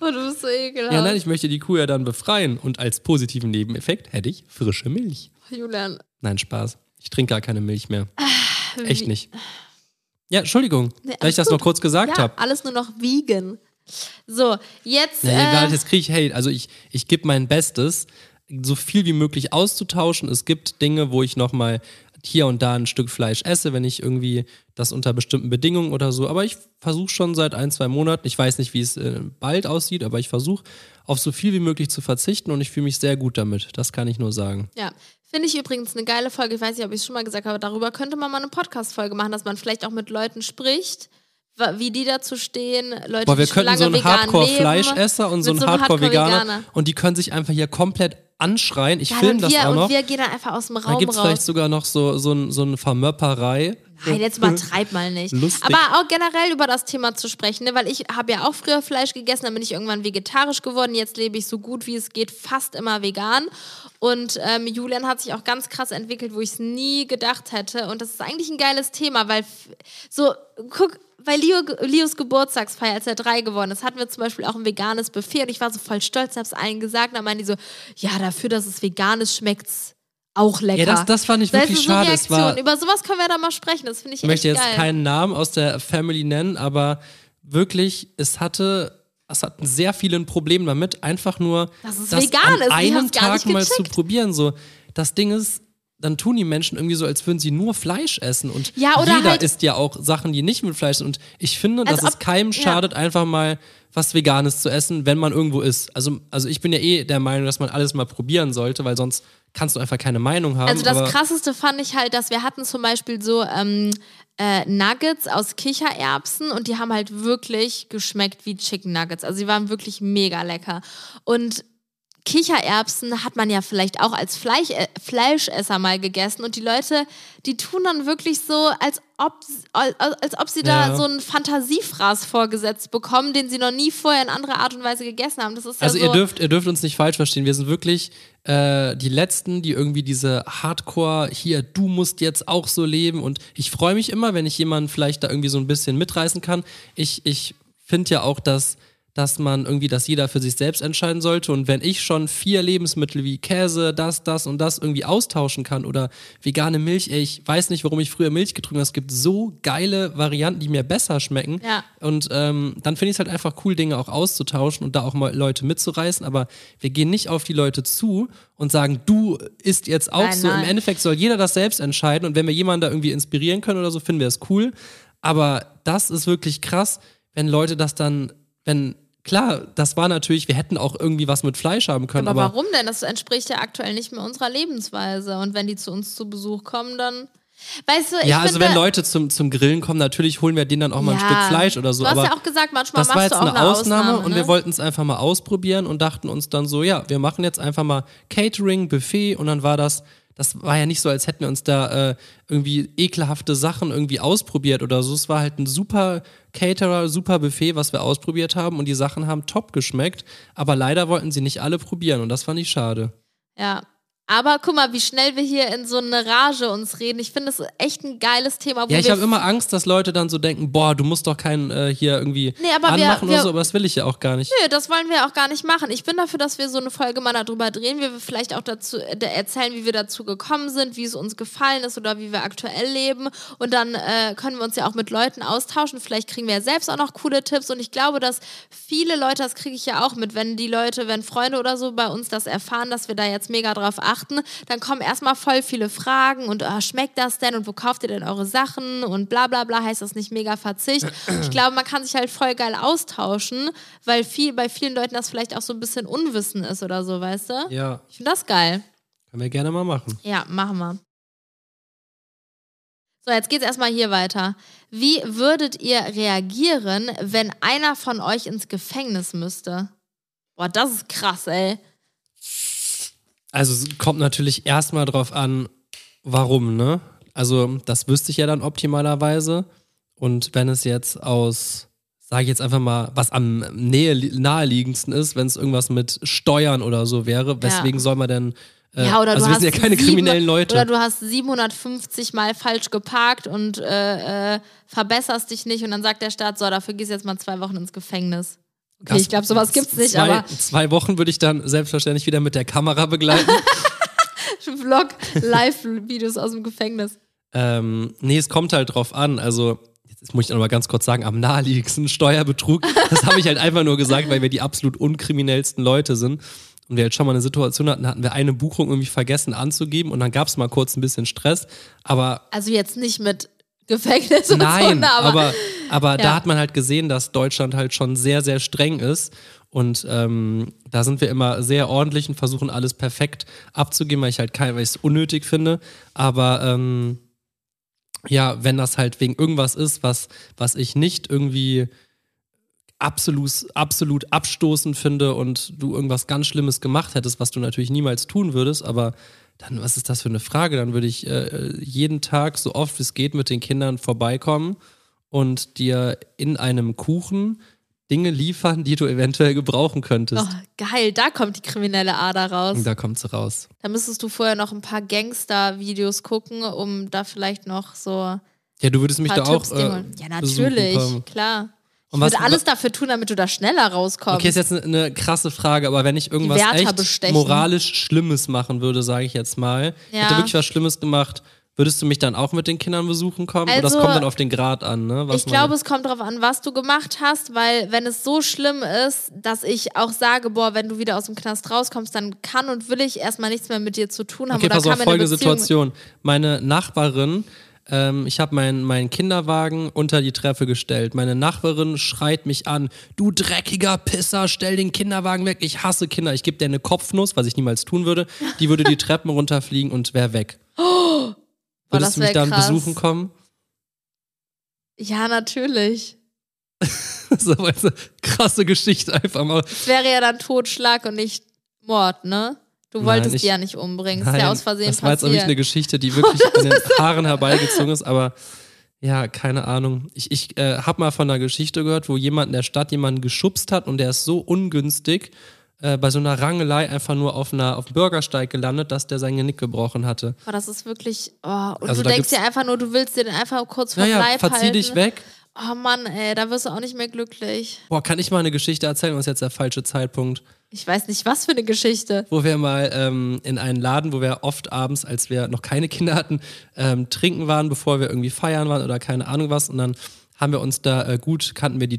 [SPEAKER 1] Oh, du bist so ekelhaft.
[SPEAKER 2] Ja, nein, ich möchte die Kuh ja dann befreien. Und als positiven Nebeneffekt hätte ich frische Milch.
[SPEAKER 1] Julian.
[SPEAKER 2] Nein, Spaß. Ich trinke gar keine Milch mehr. Echt
[SPEAKER 1] Ah, wie-
[SPEAKER 2] nicht. Ja, Entschuldigung,
[SPEAKER 1] Nee,
[SPEAKER 2] da ich
[SPEAKER 1] alles
[SPEAKER 2] das
[SPEAKER 1] gut.
[SPEAKER 2] noch kurz gesagt
[SPEAKER 1] Ja,
[SPEAKER 2] habe.
[SPEAKER 1] alles nur noch vegan. So, jetzt.
[SPEAKER 2] Nee,
[SPEAKER 1] äh,
[SPEAKER 2] egal, jetzt kriege ich Hate. Also ich, ich gebe mein Bestes, so viel wie möglich auszutauschen. Es gibt Dinge, wo ich nochmal hier und da ein Stück Fleisch esse, wenn ich irgendwie das unter bestimmten Bedingungen oder so. Aber ich versuche schon seit ein, zwei Monaten, ich weiß nicht, wie es äh, bald aussieht, aber ich versuche auf so viel wie möglich zu verzichten und ich fühle mich sehr gut damit. Das kann ich nur sagen.
[SPEAKER 1] Ja, finde ich übrigens eine geile Folge. Ich weiß nicht, ob ich es schon mal gesagt habe. Darüber könnte man mal eine Podcast-Folge machen, dass man vielleicht auch mit Leuten spricht, wa- wie die dazu stehen. Leute,
[SPEAKER 2] Boah, wir
[SPEAKER 1] die schon
[SPEAKER 2] könnten
[SPEAKER 1] lange
[SPEAKER 2] so einen
[SPEAKER 1] vegan leben,
[SPEAKER 2] Hardcore-Fleischesser und so
[SPEAKER 1] mit
[SPEAKER 2] einen Hardcore-Veganer
[SPEAKER 1] Hardcore-Veganer.
[SPEAKER 2] und die können sich einfach hier komplett anschreien. Ich
[SPEAKER 1] Ja,
[SPEAKER 2] filme
[SPEAKER 1] dann
[SPEAKER 2] das
[SPEAKER 1] wir,
[SPEAKER 2] auch noch.
[SPEAKER 1] und wir gehen dann einfach aus dem
[SPEAKER 2] Dann
[SPEAKER 1] Raum
[SPEAKER 2] gibt es vielleicht
[SPEAKER 1] raus.
[SPEAKER 2] sogar noch so, so, ein, so eine Vermöpperei.
[SPEAKER 1] Nein, jetzt übertreib mal nicht.
[SPEAKER 2] Lustig.
[SPEAKER 1] Aber auch generell über das Thema zu sprechen, ne? weil ich habe ja auch früher Fleisch gegessen, dann bin ich irgendwann vegetarisch geworden. Jetzt lebe ich so gut wie es geht fast immer vegan. Und ähm, Julian hat sich auch ganz krass entwickelt, wo ich es nie gedacht hätte. Und das ist eigentlich ein geiles Thema, weil f- so, guck, bei Leo, Leos Geburtstagsfeier, als er drei geworden ist, hatten wir zum Beispiel auch ein veganes Buffet und ich war so voll stolz, hab's allen gesagt. Und dann meinen die so, ja, dafür, dass es vegan ist, schmeckt's auch lecker.
[SPEAKER 2] Ja, das- das fand ich
[SPEAKER 1] Weißt du,
[SPEAKER 2] wirklich
[SPEAKER 1] so
[SPEAKER 2] schade. Es
[SPEAKER 1] Reaktion.
[SPEAKER 2] war-
[SPEAKER 1] Über sowas können wir da mal sprechen, das finde ich
[SPEAKER 2] Ich möchte
[SPEAKER 1] echt
[SPEAKER 2] jetzt
[SPEAKER 1] geil.
[SPEAKER 2] keinen Namen aus der Family nennen, aber wirklich, es hatte, es hatten sehr viele ein Problem damit, einfach nur
[SPEAKER 1] Dass es
[SPEAKER 2] das
[SPEAKER 1] vegan
[SPEAKER 2] an
[SPEAKER 1] ist. Ich
[SPEAKER 2] einem
[SPEAKER 1] hab's gar
[SPEAKER 2] Tag
[SPEAKER 1] nicht
[SPEAKER 2] mal zu
[SPEAKER 1] gecheckt.
[SPEAKER 2] probieren. So, das Ding ist, dann tun die Menschen irgendwie so, als würden sie nur Fleisch essen und
[SPEAKER 1] Ja, oder
[SPEAKER 2] jeder
[SPEAKER 1] halt-
[SPEAKER 2] isst ja auch Sachen, die nicht mit Fleisch sind. Und ich finde,
[SPEAKER 1] Als
[SPEAKER 2] dass es
[SPEAKER 1] ob-
[SPEAKER 2] keinem
[SPEAKER 1] ja.
[SPEAKER 2] schadet, einfach mal was Veganes zu essen, wenn man irgendwo ist. Also, also ich bin ja eh der Meinung, dass man alles mal probieren sollte, weil sonst kannst du einfach keine Meinung haben.
[SPEAKER 1] Also das
[SPEAKER 2] aber
[SPEAKER 1] krasseste fand ich halt, dass wir hatten zum Beispiel so ähm, äh, Nuggets aus Kichererbsen und die haben halt wirklich geschmeckt wie Chicken Nuggets. Also die waren wirklich mega lecker. Und Kichererbsen hat man ja vielleicht auch als Fleisch, äh, Fleischesser mal gegessen und die Leute, die tun dann wirklich so, als ob, als, als ob sie da
[SPEAKER 2] Ja.
[SPEAKER 1] so einen Fantasiefraß vorgesetzt bekommen, den sie noch nie vorher in anderer Art und Weise gegessen haben. Das ist
[SPEAKER 2] Also
[SPEAKER 1] ja
[SPEAKER 2] ihr
[SPEAKER 1] so,
[SPEAKER 2] dürft, ihr dürft uns nicht falsch verstehen. Wir sind wirklich äh, die Letzten, die irgendwie diese Hardcore hier, du musst jetzt auch so leben. Und ich freue mich immer, wenn ich jemanden vielleicht da irgendwie so ein bisschen mitreißen kann. Ich, ich finde ja auch, dass dass man irgendwie, dass jeder für sich selbst entscheiden sollte. Und wenn ich schon vier Lebensmittel wie Käse, das, das und das irgendwie austauschen kann oder vegane Milch, ey, ich weiß nicht, warum ich früher Milch getrunken habe. Es gibt so geile Varianten, die mir besser schmecken.
[SPEAKER 1] Ja.
[SPEAKER 2] Und ähm, dann finde ich es halt einfach cool, Dinge auch auszutauschen und da auch mal Leute mitzureißen. Aber wir gehen nicht auf die Leute zu und sagen, du isst jetzt auch
[SPEAKER 1] Nein,
[SPEAKER 2] so.
[SPEAKER 1] nein.
[SPEAKER 2] Im Endeffekt soll jeder das selbst entscheiden. Und wenn wir jemanden da irgendwie inspirieren können oder so, finden wir es cool. Aber das ist wirklich krass, wenn Leute das dann, wenn, klar, das war natürlich, wir hätten auch irgendwie was mit Fleisch haben können,
[SPEAKER 1] aber,
[SPEAKER 2] aber,
[SPEAKER 1] warum denn? Das entspricht ja aktuell nicht mehr unserer Lebensweise. Und wenn die zu uns zu Besuch kommen, dann. Weißt du, ich
[SPEAKER 2] ja, also
[SPEAKER 1] finde,
[SPEAKER 2] wenn Leute zum, zum Grillen kommen, natürlich holen wir denen dann auch mal ein
[SPEAKER 1] Ja.
[SPEAKER 2] Stück Fleisch oder so.
[SPEAKER 1] Du hast
[SPEAKER 2] aber
[SPEAKER 1] ja auch gesagt, manchmal
[SPEAKER 2] das
[SPEAKER 1] machst
[SPEAKER 2] war jetzt
[SPEAKER 1] du auch
[SPEAKER 2] eine Ausnahme,
[SPEAKER 1] Ausnahme
[SPEAKER 2] und
[SPEAKER 1] ne?
[SPEAKER 2] wir wollten es einfach mal ausprobieren und dachten uns dann so, ja, wir machen jetzt einfach mal Catering, Buffet und dann war das, das war ja nicht so, als hätten wir uns da äh, irgendwie ekelhafte Sachen irgendwie ausprobiert oder so. Es war halt ein super Caterer, super Buffet, was wir ausprobiert haben und die Sachen haben top geschmeckt, aber leider wollten sie nicht alle probieren und das fand ich schade.
[SPEAKER 1] Ja. Aber guck mal, wie schnell wir hier in so eine Rage uns reden. Ich finde, das ist echt ein geiles Thema. Wo
[SPEAKER 2] Ja, ich
[SPEAKER 1] wir
[SPEAKER 2] habe immer Angst, dass Leute dann so denken, boah, du musst doch keinen äh, hier irgendwie
[SPEAKER 1] Nee, aber wir-
[SPEAKER 2] anmachen
[SPEAKER 1] wir-
[SPEAKER 2] oder so, aber das will ich ja auch gar nicht.
[SPEAKER 1] Nö, das wollen wir auch gar nicht machen. Ich bin dafür, dass wir so eine Folge mal darüber drehen, wie wir vielleicht auch dazu äh, erzählen, wie wir dazu gekommen sind, wie es uns gefallen ist oder wie wir aktuell leben. Und dann äh, können wir uns ja auch mit Leuten austauschen. Vielleicht kriegen wir ja selbst auch noch coole Tipps. Und ich glaube, dass viele Leute, das kriege ich ja auch mit, wenn die Leute, wenn Freunde oder so bei uns das erfahren, dass wir da jetzt mega drauf achten, dann kommen erstmal voll viele Fragen und ah, schmeckt das denn und wo kauft ihr denn eure Sachen und bla bla bla, heißt das nicht mega Verzicht. Ich glaube, man kann sich halt voll geil austauschen, weil viel, bei vielen Leuten das vielleicht auch so ein bisschen Unwissen ist oder so, weißt du?
[SPEAKER 2] Ja,
[SPEAKER 1] Ich finde das geil.
[SPEAKER 2] können wir gerne mal machen.
[SPEAKER 1] Ja, machen wir. So, jetzt geht's erstmal hier weiter. Wie würdet ihr reagieren, wenn einer von euch ins Gefängnis müsste? Boah, das ist krass, ey.
[SPEAKER 2] Also es kommt natürlich erstmal drauf an, warum, ne? Also das wüsste ich ja dann optimalerweise. Und wenn es jetzt aus, sage ich jetzt einfach mal, was am nähe, naheliegendsten ist, wenn es irgendwas mit Steuern oder so wäre, weswegen soll man denn... Äh,
[SPEAKER 1] Ja, oder
[SPEAKER 2] also
[SPEAKER 1] du
[SPEAKER 2] wir
[SPEAKER 1] hast
[SPEAKER 2] sind ja keine
[SPEAKER 1] sieben-
[SPEAKER 2] kriminellen Leute.
[SPEAKER 1] Oder du hast 750 Mal falsch geparkt und äh, äh, verbesserst dich nicht und dann sagt der Staat, so, dafür gehst du jetzt mal zwei Wochen ins Gefängnis. Okay,
[SPEAKER 2] Das-
[SPEAKER 1] ich glaube, sowas gibt's nicht,
[SPEAKER 2] zwei,
[SPEAKER 1] aber
[SPEAKER 2] Zwei Wochen würde ich dann selbstverständlich wieder mit der Kamera begleiten.
[SPEAKER 1] Vlog, Live-Videos aus dem Gefängnis.
[SPEAKER 2] Ähm, nee, es kommt halt drauf an. Also, jetzt muss ich noch mal ganz kurz sagen, am naheliegendsten Steuerbetrug. Das habe ich halt einfach nur gesagt, weil wir die absolut unkriminellsten Leute sind. Und wir halt schon mal eine Situation hatten, hatten wir eine Buchung irgendwie vergessen anzugeben und dann gab es mal kurz ein bisschen Stress. Aber
[SPEAKER 1] Also jetzt nicht mit Gefängnis und so,
[SPEAKER 2] Nein,
[SPEAKER 1] ne,
[SPEAKER 2] aber, aber, da
[SPEAKER 1] Ja.
[SPEAKER 2] hat man halt gesehen, dass Deutschland halt schon sehr, sehr streng ist. Und ähm, da sind wir immer sehr ordentlich und versuchen alles perfekt abzugeben, weil ich halt kein, weil ich es unnötig finde. Aber ähm, ja, wenn das halt wegen irgendwas ist, was, was ich nicht irgendwie absolut, absolut abstoßend finde und du irgendwas ganz Schlimmes gemacht hättest, was du natürlich niemals tun würdest, aber dann, was ist das für eine Frage? Dann würde ich äh, jeden Tag, so oft es geht, mit den Kindern vorbeikommen und dir in einem Kuchen Dinge liefern, die du eventuell gebrauchen könntest.
[SPEAKER 1] Oh, geil, da kommt die kriminelle Ader raus.
[SPEAKER 2] Und da kommt sie raus.
[SPEAKER 1] Da müsstest du vorher noch ein paar Gangster-Videos gucken, um da vielleicht noch so
[SPEAKER 2] Ja, du würdest
[SPEAKER 1] ein
[SPEAKER 2] mich
[SPEAKER 1] paar
[SPEAKER 2] da
[SPEAKER 1] Tipps
[SPEAKER 2] auch.
[SPEAKER 1] dir
[SPEAKER 2] Äh,
[SPEAKER 1] holen. Ja,
[SPEAKER 2] besuchen
[SPEAKER 1] natürlich,
[SPEAKER 2] kommen.
[SPEAKER 1] klar. Ich
[SPEAKER 2] Und was-
[SPEAKER 1] würde alles dafür tun, damit du da schneller rauskommst.
[SPEAKER 2] Okay, ist jetzt eine, eine krasse Frage, aber wenn ich irgendwas
[SPEAKER 1] Wärter
[SPEAKER 2] echt
[SPEAKER 1] bestechen.
[SPEAKER 2] moralisch Schlimmes machen würde, sage ich jetzt mal,
[SPEAKER 1] Ja.
[SPEAKER 2] hätte wirklich was Schlimmes gemacht, würdest du mich dann auch mit den Kindern besuchen kommen? Oder das
[SPEAKER 1] Also,
[SPEAKER 2] kommt dann auf den Grad an, ne? Was
[SPEAKER 1] ich
[SPEAKER 2] man-
[SPEAKER 1] glaube, es kommt darauf an, was du gemacht hast, weil wenn es so schlimm ist, dass ich auch sage, boah, wenn du wieder aus dem Knast rauskommst, dann kann und will ich erstmal nichts mehr mit dir zu tun haben.
[SPEAKER 2] Okay,
[SPEAKER 1] Oder
[SPEAKER 2] pass
[SPEAKER 1] kann
[SPEAKER 2] auf,
[SPEAKER 1] mir eine
[SPEAKER 2] folgende
[SPEAKER 1] Beziehung-
[SPEAKER 2] Situation. Meine Nachbarin, ähm, ich habe meinen meinen Kinderwagen unter die Treppe gestellt. Meine Nachbarin schreit mich an, du dreckiger Pisser, stell den Kinderwagen weg. Ich hasse Kinder. Ich gebe dir eine Kopfnuss, was ich niemals tun würde. Die würde die Treppen runterfliegen und wäre weg.
[SPEAKER 1] Oh! Boah,
[SPEAKER 2] Würdest
[SPEAKER 1] das
[SPEAKER 2] du mich
[SPEAKER 1] wär
[SPEAKER 2] dann
[SPEAKER 1] krass.
[SPEAKER 2] besuchen kommen?
[SPEAKER 1] Ja, natürlich.
[SPEAKER 2] so, weißt du, krasse Geschichte einfach mal.
[SPEAKER 1] Es wäre ja dann Totschlag und nicht Mord, ne? Du
[SPEAKER 2] Nein,
[SPEAKER 1] wolltest
[SPEAKER 2] ich-
[SPEAKER 1] die ja nicht umbringen. ist
[SPEAKER 2] Nein,
[SPEAKER 1] ja aus Versehen
[SPEAKER 2] das war jetzt auch nicht
[SPEAKER 1] passiert.
[SPEAKER 2] eine Geschichte, die wirklich an den Haaren herbeigezogen ist, aber ja, keine Ahnung. Ich, ich äh, habe mal von einer Geschichte gehört, wo jemand in der Stadt jemanden geschubst hat und der ist so ungünstig äh, bei so einer Rangelei einfach nur auf, einer, auf dem Bürgersteig gelandet, dass der sein Genick gebrochen hatte.
[SPEAKER 1] Boah, das ist wirklich. Oh, und
[SPEAKER 2] Also
[SPEAKER 1] du
[SPEAKER 2] da
[SPEAKER 1] denkst
[SPEAKER 2] gibt's-
[SPEAKER 1] dir einfach nur, du willst dir den einfach kurz vom
[SPEAKER 2] Naja,
[SPEAKER 1] Leib
[SPEAKER 2] verzieh
[SPEAKER 1] halten.
[SPEAKER 2] dich weg.
[SPEAKER 1] Oh Mann, ey, da wirst du auch nicht mehr glücklich.
[SPEAKER 2] Boah, kann ich mal eine Geschichte erzählen? Das ist jetzt der falsche Zeitpunkt.
[SPEAKER 1] Ich weiß nicht, was für eine Geschichte.
[SPEAKER 2] wo wir mal ähm, in einen Laden, wo wir oft abends, als wir noch keine Kinder hatten, ähm, trinken waren, bevor wir irgendwie feiern waren oder keine Ahnung was. Und dann haben wir uns da äh, gut, kannten wir die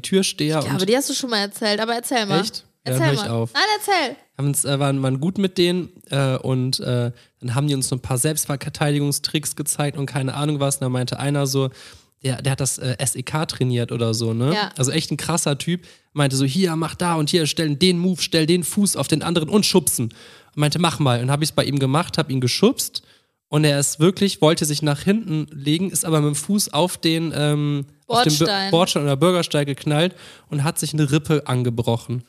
[SPEAKER 1] Ja,
[SPEAKER 2] Türsteher und
[SPEAKER 1] aber die hast du schon mal erzählt, aber erzähl mal.
[SPEAKER 2] Echt? Ja, dann
[SPEAKER 1] Erzähl
[SPEAKER 2] hör ich
[SPEAKER 1] mal.
[SPEAKER 2] auf.
[SPEAKER 1] Nein, erzähl.
[SPEAKER 2] haben uns, äh, waren, waren gut mit denen äh, und äh, dann haben die uns so ein paar Selbstverteidigungstricks gezeigt und keine Ahnung was. Und da meinte einer so, der, der hat das äh, SEK trainiert oder so, ne?
[SPEAKER 1] Ja.
[SPEAKER 2] Also echt ein krasser Typ. Meinte so, hier, mach da und hier, stell den Move, stell den Fuß auf den anderen und schubsen. Und meinte, mach mal. Und habe ich es bei ihm gemacht, habe ihn geschubst und er ist wirklich, wollte sich nach hinten legen, ist aber mit dem Fuß auf den, ähm, auf den
[SPEAKER 1] Bordstein.
[SPEAKER 2] Bü- Bordstein oder Bürgersteig geknallt und hat sich eine Rippe angebrochen.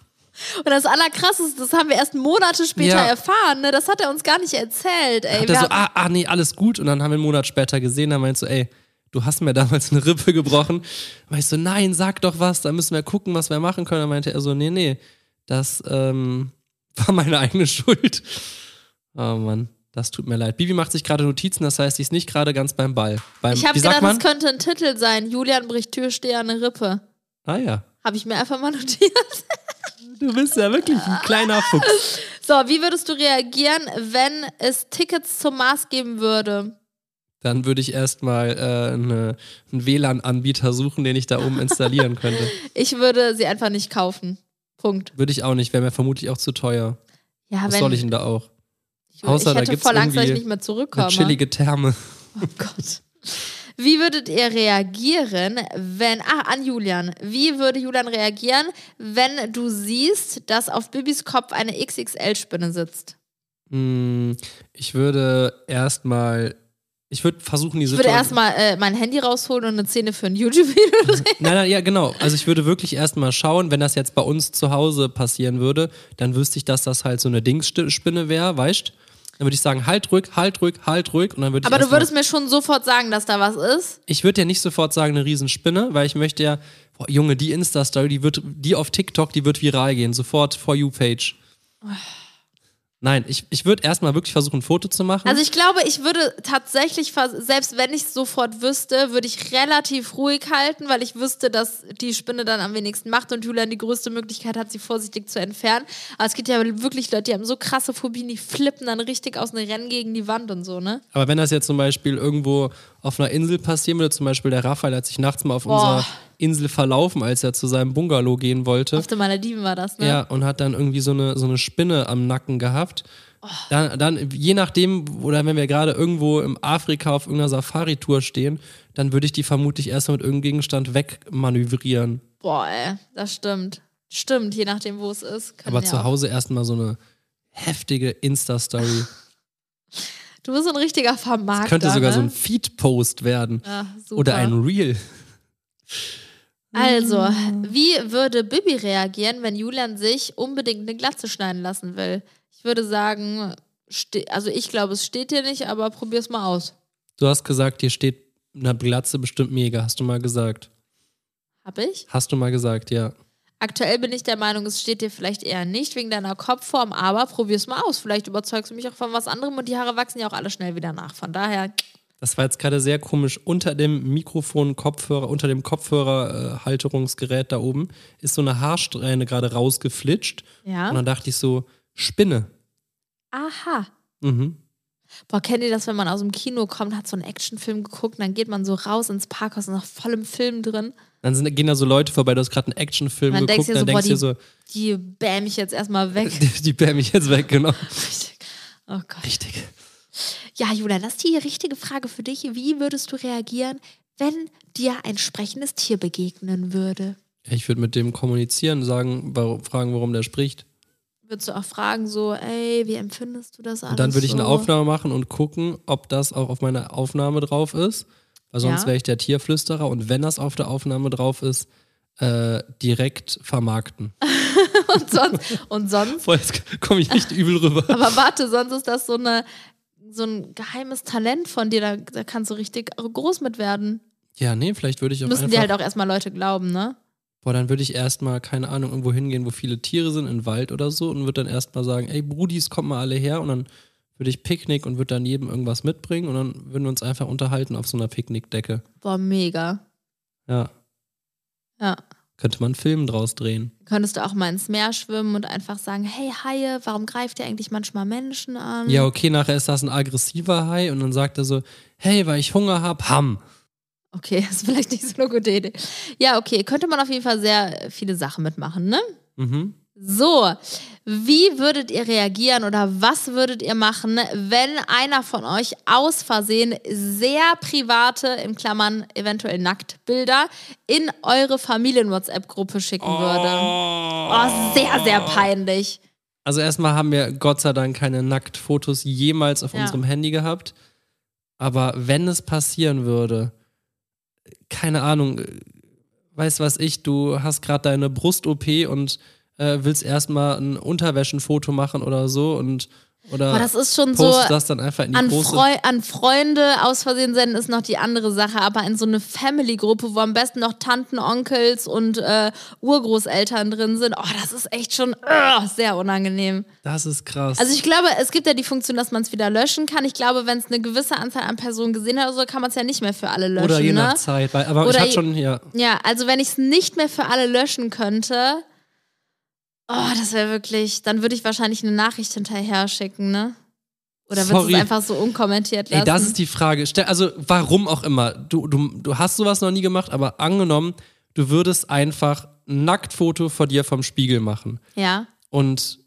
[SPEAKER 1] Und das Allerkrasseste, das haben wir erst Monate später
[SPEAKER 2] Ja.
[SPEAKER 1] erfahren, ne? Das hat er uns gar nicht erzählt, ey.
[SPEAKER 2] hat
[SPEAKER 1] Wir
[SPEAKER 2] er so,
[SPEAKER 1] hatten-
[SPEAKER 2] ah, ah, nee, alles gut. Und dann haben wir einen Monat später gesehen, dann meinst du, ey, du hast mir damals eine Rippe gebrochen. Dann ich so, nein, sag doch was, dann müssen wir gucken, was wir machen können. Dann meinte er so, nee, nee, das ähm, war meine eigene Schuld. Oh Mann, das tut mir leid. Bibi macht sich gerade Notizen, das heißt, sie ist nicht gerade ganz beim Ball. Beim,
[SPEAKER 1] ich habe
[SPEAKER 2] wie
[SPEAKER 1] gedacht,
[SPEAKER 2] sagt
[SPEAKER 1] das
[SPEAKER 2] man?
[SPEAKER 1] könnte ein Titel sein. Julian bricht Türsteher eine Rippe.
[SPEAKER 2] Ah ja,
[SPEAKER 1] Habe ich mir einfach mal notiert.
[SPEAKER 2] du bist ja wirklich ein kleiner Fuchs.
[SPEAKER 1] So, wie würdest du reagieren, wenn es Tickets zum Mars geben würde?
[SPEAKER 2] Dann würde ich erstmal äh, eine, einen WLAN-Anbieter suchen, den ich da oben installieren könnte.
[SPEAKER 1] Ich würde sie einfach nicht kaufen. Punkt.
[SPEAKER 2] Würde ich auch nicht, wäre mir vermutlich auch zu teuer.
[SPEAKER 1] Ja,
[SPEAKER 2] Was
[SPEAKER 1] wenn,
[SPEAKER 2] soll ich denn da auch?
[SPEAKER 1] ich,
[SPEAKER 2] außer
[SPEAKER 1] ich
[SPEAKER 2] da
[SPEAKER 1] hätte
[SPEAKER 2] gibt's
[SPEAKER 1] voll Angst, dass ich
[SPEAKER 2] irgendwie
[SPEAKER 1] nicht mehr
[SPEAKER 2] Eine
[SPEAKER 1] zurückkomme.
[SPEAKER 2] chillige Therme.
[SPEAKER 1] Oh Gott. Wie würdet ihr reagieren, wenn. Ah, an Julian. Wie würde Julian reagieren, wenn du siehst, dass auf Bibis Kopf eine XXL-Spinne sitzt?
[SPEAKER 2] Hm, ich würde erstmal. Ich würde versuchen, die
[SPEAKER 1] Ich würde
[SPEAKER 2] Situation.
[SPEAKER 1] erstmal äh, mein Handy rausholen und eine Szene für ein YouTube-Video drehen.
[SPEAKER 2] Nein, nein, ja, genau. Also ich würde wirklich erstmal schauen, wenn das jetzt bei uns zu Hause passieren würde, dann wüsste ich, dass das halt so eine Dingsspinne wäre, weißt Dann würde ich sagen, halt ruhig, halt ruhig, halt ruhig. Und dann würde ich
[SPEAKER 1] Aber du
[SPEAKER 2] erst mal-
[SPEAKER 1] würdest mir schon sofort sagen, dass da was ist.
[SPEAKER 2] ich würde ja nicht sofort sagen, eine Riesenspinne, weil ich möchte ja, boah, Junge, die Insta-Story, die wird, die auf TikTok, die wird viral gehen. Sofort For You-Page.
[SPEAKER 1] Oh.
[SPEAKER 2] Nein, ich, ich würde erstmal wirklich versuchen, ein Foto zu machen.
[SPEAKER 1] Also ich glaube, ich würde tatsächlich, vers- selbst wenn ich es sofort wüsste, würde ich relativ ruhig halten, weil ich wüsste, dass die Spinne dann am wenigsten macht und Julian die größte Möglichkeit hat, sie vorsichtig zu entfernen. Aber es gibt ja wirklich Leute, die haben so krasse Phobien, die flippen dann richtig aus und rennen gegen die Wand und so, ne?
[SPEAKER 2] Aber wenn das jetzt zum Beispiel irgendwo auf einer Insel passieren würde, zum Beispiel der Raphael hat sich nachts mal auf
[SPEAKER 1] Boah.
[SPEAKER 2] unserer Insel verlaufen, als er zu seinem Bungalow gehen wollte.
[SPEAKER 1] Auf den Malediven war das, ne?
[SPEAKER 2] Ja, und hat dann irgendwie so eine, so eine Spinne am Nacken gehabt.
[SPEAKER 1] Oh.
[SPEAKER 2] Dann, dann, je nachdem, oder wenn wir gerade irgendwo im Afrika auf irgendeiner Safari-Tour stehen, dann würde ich die vermutlich erstmal mit irgendeinem Gegenstand wegmanövrieren.
[SPEAKER 1] Boah, ey, das stimmt. Stimmt, je nachdem, wo es ist. Kann
[SPEAKER 2] Aber
[SPEAKER 1] ja
[SPEAKER 2] zu
[SPEAKER 1] auch-
[SPEAKER 2] Hause erstmal so eine heftige Insta-Story.
[SPEAKER 1] Du bist so ein richtiger Vermarkter.
[SPEAKER 2] Könnte sogar
[SPEAKER 1] ne?
[SPEAKER 2] so ein Feed-Post werden.
[SPEAKER 1] Ach, super.
[SPEAKER 2] Oder ein Reel.
[SPEAKER 1] Also, wie würde Bibi reagieren, wenn Julian sich unbedingt eine Glatze schneiden lassen will? Ich würde sagen, ste- also ich glaube, es steht dir nicht, aber probier's mal aus.
[SPEAKER 2] Du hast gesagt, hier steht eine Glatze bestimmt mega. Hast du mal gesagt.
[SPEAKER 1] Hab ich?
[SPEAKER 2] Hast du mal gesagt, ja.
[SPEAKER 1] Aktuell bin ich der Meinung, es steht dir vielleicht eher nicht wegen deiner Kopfform, aber probier's mal aus. Vielleicht überzeugst du mich auch von was anderem und die Haare wachsen ja auch alle schnell wieder nach. Von daher,
[SPEAKER 2] Das war jetzt gerade sehr komisch. Unter dem Mikrofon, Kopfhörer, unter dem Kopfhörerhalterungsgerät da oben ist so eine Haarsträhne gerade rausgeflitscht. Und
[SPEAKER 1] ja.
[SPEAKER 2] dann dachte ich so, Spinne.
[SPEAKER 1] Aha.
[SPEAKER 2] Mhm.
[SPEAKER 1] Boah, kennt ihr das, wenn man aus dem Kino kommt, hat so einen Actionfilm geguckt, und dann geht man so raus ins Parkhaus und ist noch voll im Film drin.
[SPEAKER 2] Dann sind, gehen da so Leute vorbei, du hast gerade einen Actionfilm
[SPEAKER 1] Man denkt
[SPEAKER 2] geguckt,
[SPEAKER 1] sich
[SPEAKER 2] dann
[SPEAKER 1] so,
[SPEAKER 2] denkst du dir
[SPEAKER 1] boah,
[SPEAKER 2] so,
[SPEAKER 1] Die bäm ich jetzt erstmal weg.
[SPEAKER 2] die, die bär mich jetzt weg, genau.
[SPEAKER 1] Richtig. Oh Gott.
[SPEAKER 2] Richtig.
[SPEAKER 1] Ja, Julian, das ist die richtige Frage für dich. Wie würdest du reagieren, wenn dir ein sprechendes Tier begegnen würde?
[SPEAKER 2] Ich würde mit dem kommunizieren, sagen, warum, fragen, warum der spricht.
[SPEAKER 1] Würdest du auch fragen, so, ey, wie empfindest du das alles?
[SPEAKER 2] Und dann würde ich eine
[SPEAKER 1] so?
[SPEAKER 2] Aufnahme machen und gucken, ob das auch auf meiner Aufnahme drauf ist. Weil sonst
[SPEAKER 1] Ja.
[SPEAKER 2] wäre ich der Tierflüsterer und wenn das auf der Aufnahme drauf ist, äh, direkt vermarkten.
[SPEAKER 1] und sonst, und sonst
[SPEAKER 2] Boah, jetzt komme ich echt übel rüber.
[SPEAKER 1] Aber warte, sonst ist das so, eine, so ein geheimes Talent von dir, da, da kannst du richtig groß mit werden.
[SPEAKER 2] Ja, nee, vielleicht würde ich auch
[SPEAKER 1] Müssen
[SPEAKER 2] einfach...
[SPEAKER 1] dir halt auch erstmal Leute glauben, ne?
[SPEAKER 2] Boah, dann würde ich erstmal, keine Ahnung, irgendwo hingehen, wo viele Tiere sind, in den Wald oder so, und würde dann erstmal sagen, ey Brudis, kommt mal alle her und dann würde ich Picknick und würde dann jedem irgendwas mitbringen und dann würden wir uns einfach unterhalten auf so einer Picknickdecke.
[SPEAKER 1] Boah, mega.
[SPEAKER 2] Ja.
[SPEAKER 1] Ja.
[SPEAKER 2] Könnte man einen Film draus drehen.
[SPEAKER 1] Könntest du auch mal ins Meer schwimmen und einfach sagen, hey Haie, warum greift ihr eigentlich manchmal Menschen an?
[SPEAKER 2] Ja, okay, nachher ist das ein aggressiver Hai und dann sagt er so, hey, weil ich Hunger hab, Ham.
[SPEAKER 1] Okay, ist vielleicht nicht so eine gute Idee. Ja, okay, könnte man auf jeden Fall sehr äh, viele Sachen mitmachen, ne?
[SPEAKER 2] Mhm.
[SPEAKER 1] So, wie würdet ihr reagieren oder was würdet ihr machen, wenn einer von euch aus Versehen sehr private, in Klammern eventuell Nacktbilder, in eure Familien-WhatsApp-Gruppe schicken würde? Oh, sehr, sehr peinlich.
[SPEAKER 2] Also erstmal haben wir Gott sei Dank keine Nacktfotos jemals auf
[SPEAKER 1] Ja.
[SPEAKER 2] unserem Handy gehabt. Aber wenn es passieren würde, keine Ahnung, äh, weißt was ich, du hast gerade deine Brust-OP und äh, willst erstmal ein Unterwäschenfoto machen oder so und oder
[SPEAKER 1] Aber das ist schon so.
[SPEAKER 2] postest das dann einfach in die
[SPEAKER 1] An,
[SPEAKER 2] große.
[SPEAKER 1] Freu an Freunde aus Versehen senden ist noch die andere Sache, aber in so eine Family-Gruppe, wo am besten noch Tanten, Onkels und äh, Urgroßeltern drin sind, oh, das ist echt schon äh, sehr unangenehm.
[SPEAKER 2] das ist krass.
[SPEAKER 1] Also ich glaube, es gibt ja die Funktion, dass man es wieder löschen kann. Ich glaube, wenn es eine gewisse Anzahl an Personen gesehen hat, oder so kann man es ja nicht mehr für alle löschen.
[SPEAKER 2] oder je nach
[SPEAKER 1] ne?
[SPEAKER 2] Zeit, weil, aber ich
[SPEAKER 1] Oder
[SPEAKER 2] hatte
[SPEAKER 1] je-
[SPEAKER 2] schon ja,
[SPEAKER 1] Ja, also wenn ich es nicht mehr für alle löschen könnte, oh, das wäre wirklich, dann würde ich wahrscheinlich eine Nachricht hinterher schicken, ne? Oder würdest
[SPEAKER 2] Sorry.
[SPEAKER 1] du es einfach so unkommentiert lassen?
[SPEAKER 2] Ey, das ist die Frage. Stell- Also, warum auch immer. Du, du, du hast sowas noch nie gemacht, aber angenommen, du würdest einfach ein Nacktfoto vor dir vom Spiegel machen
[SPEAKER 1] ja.
[SPEAKER 2] und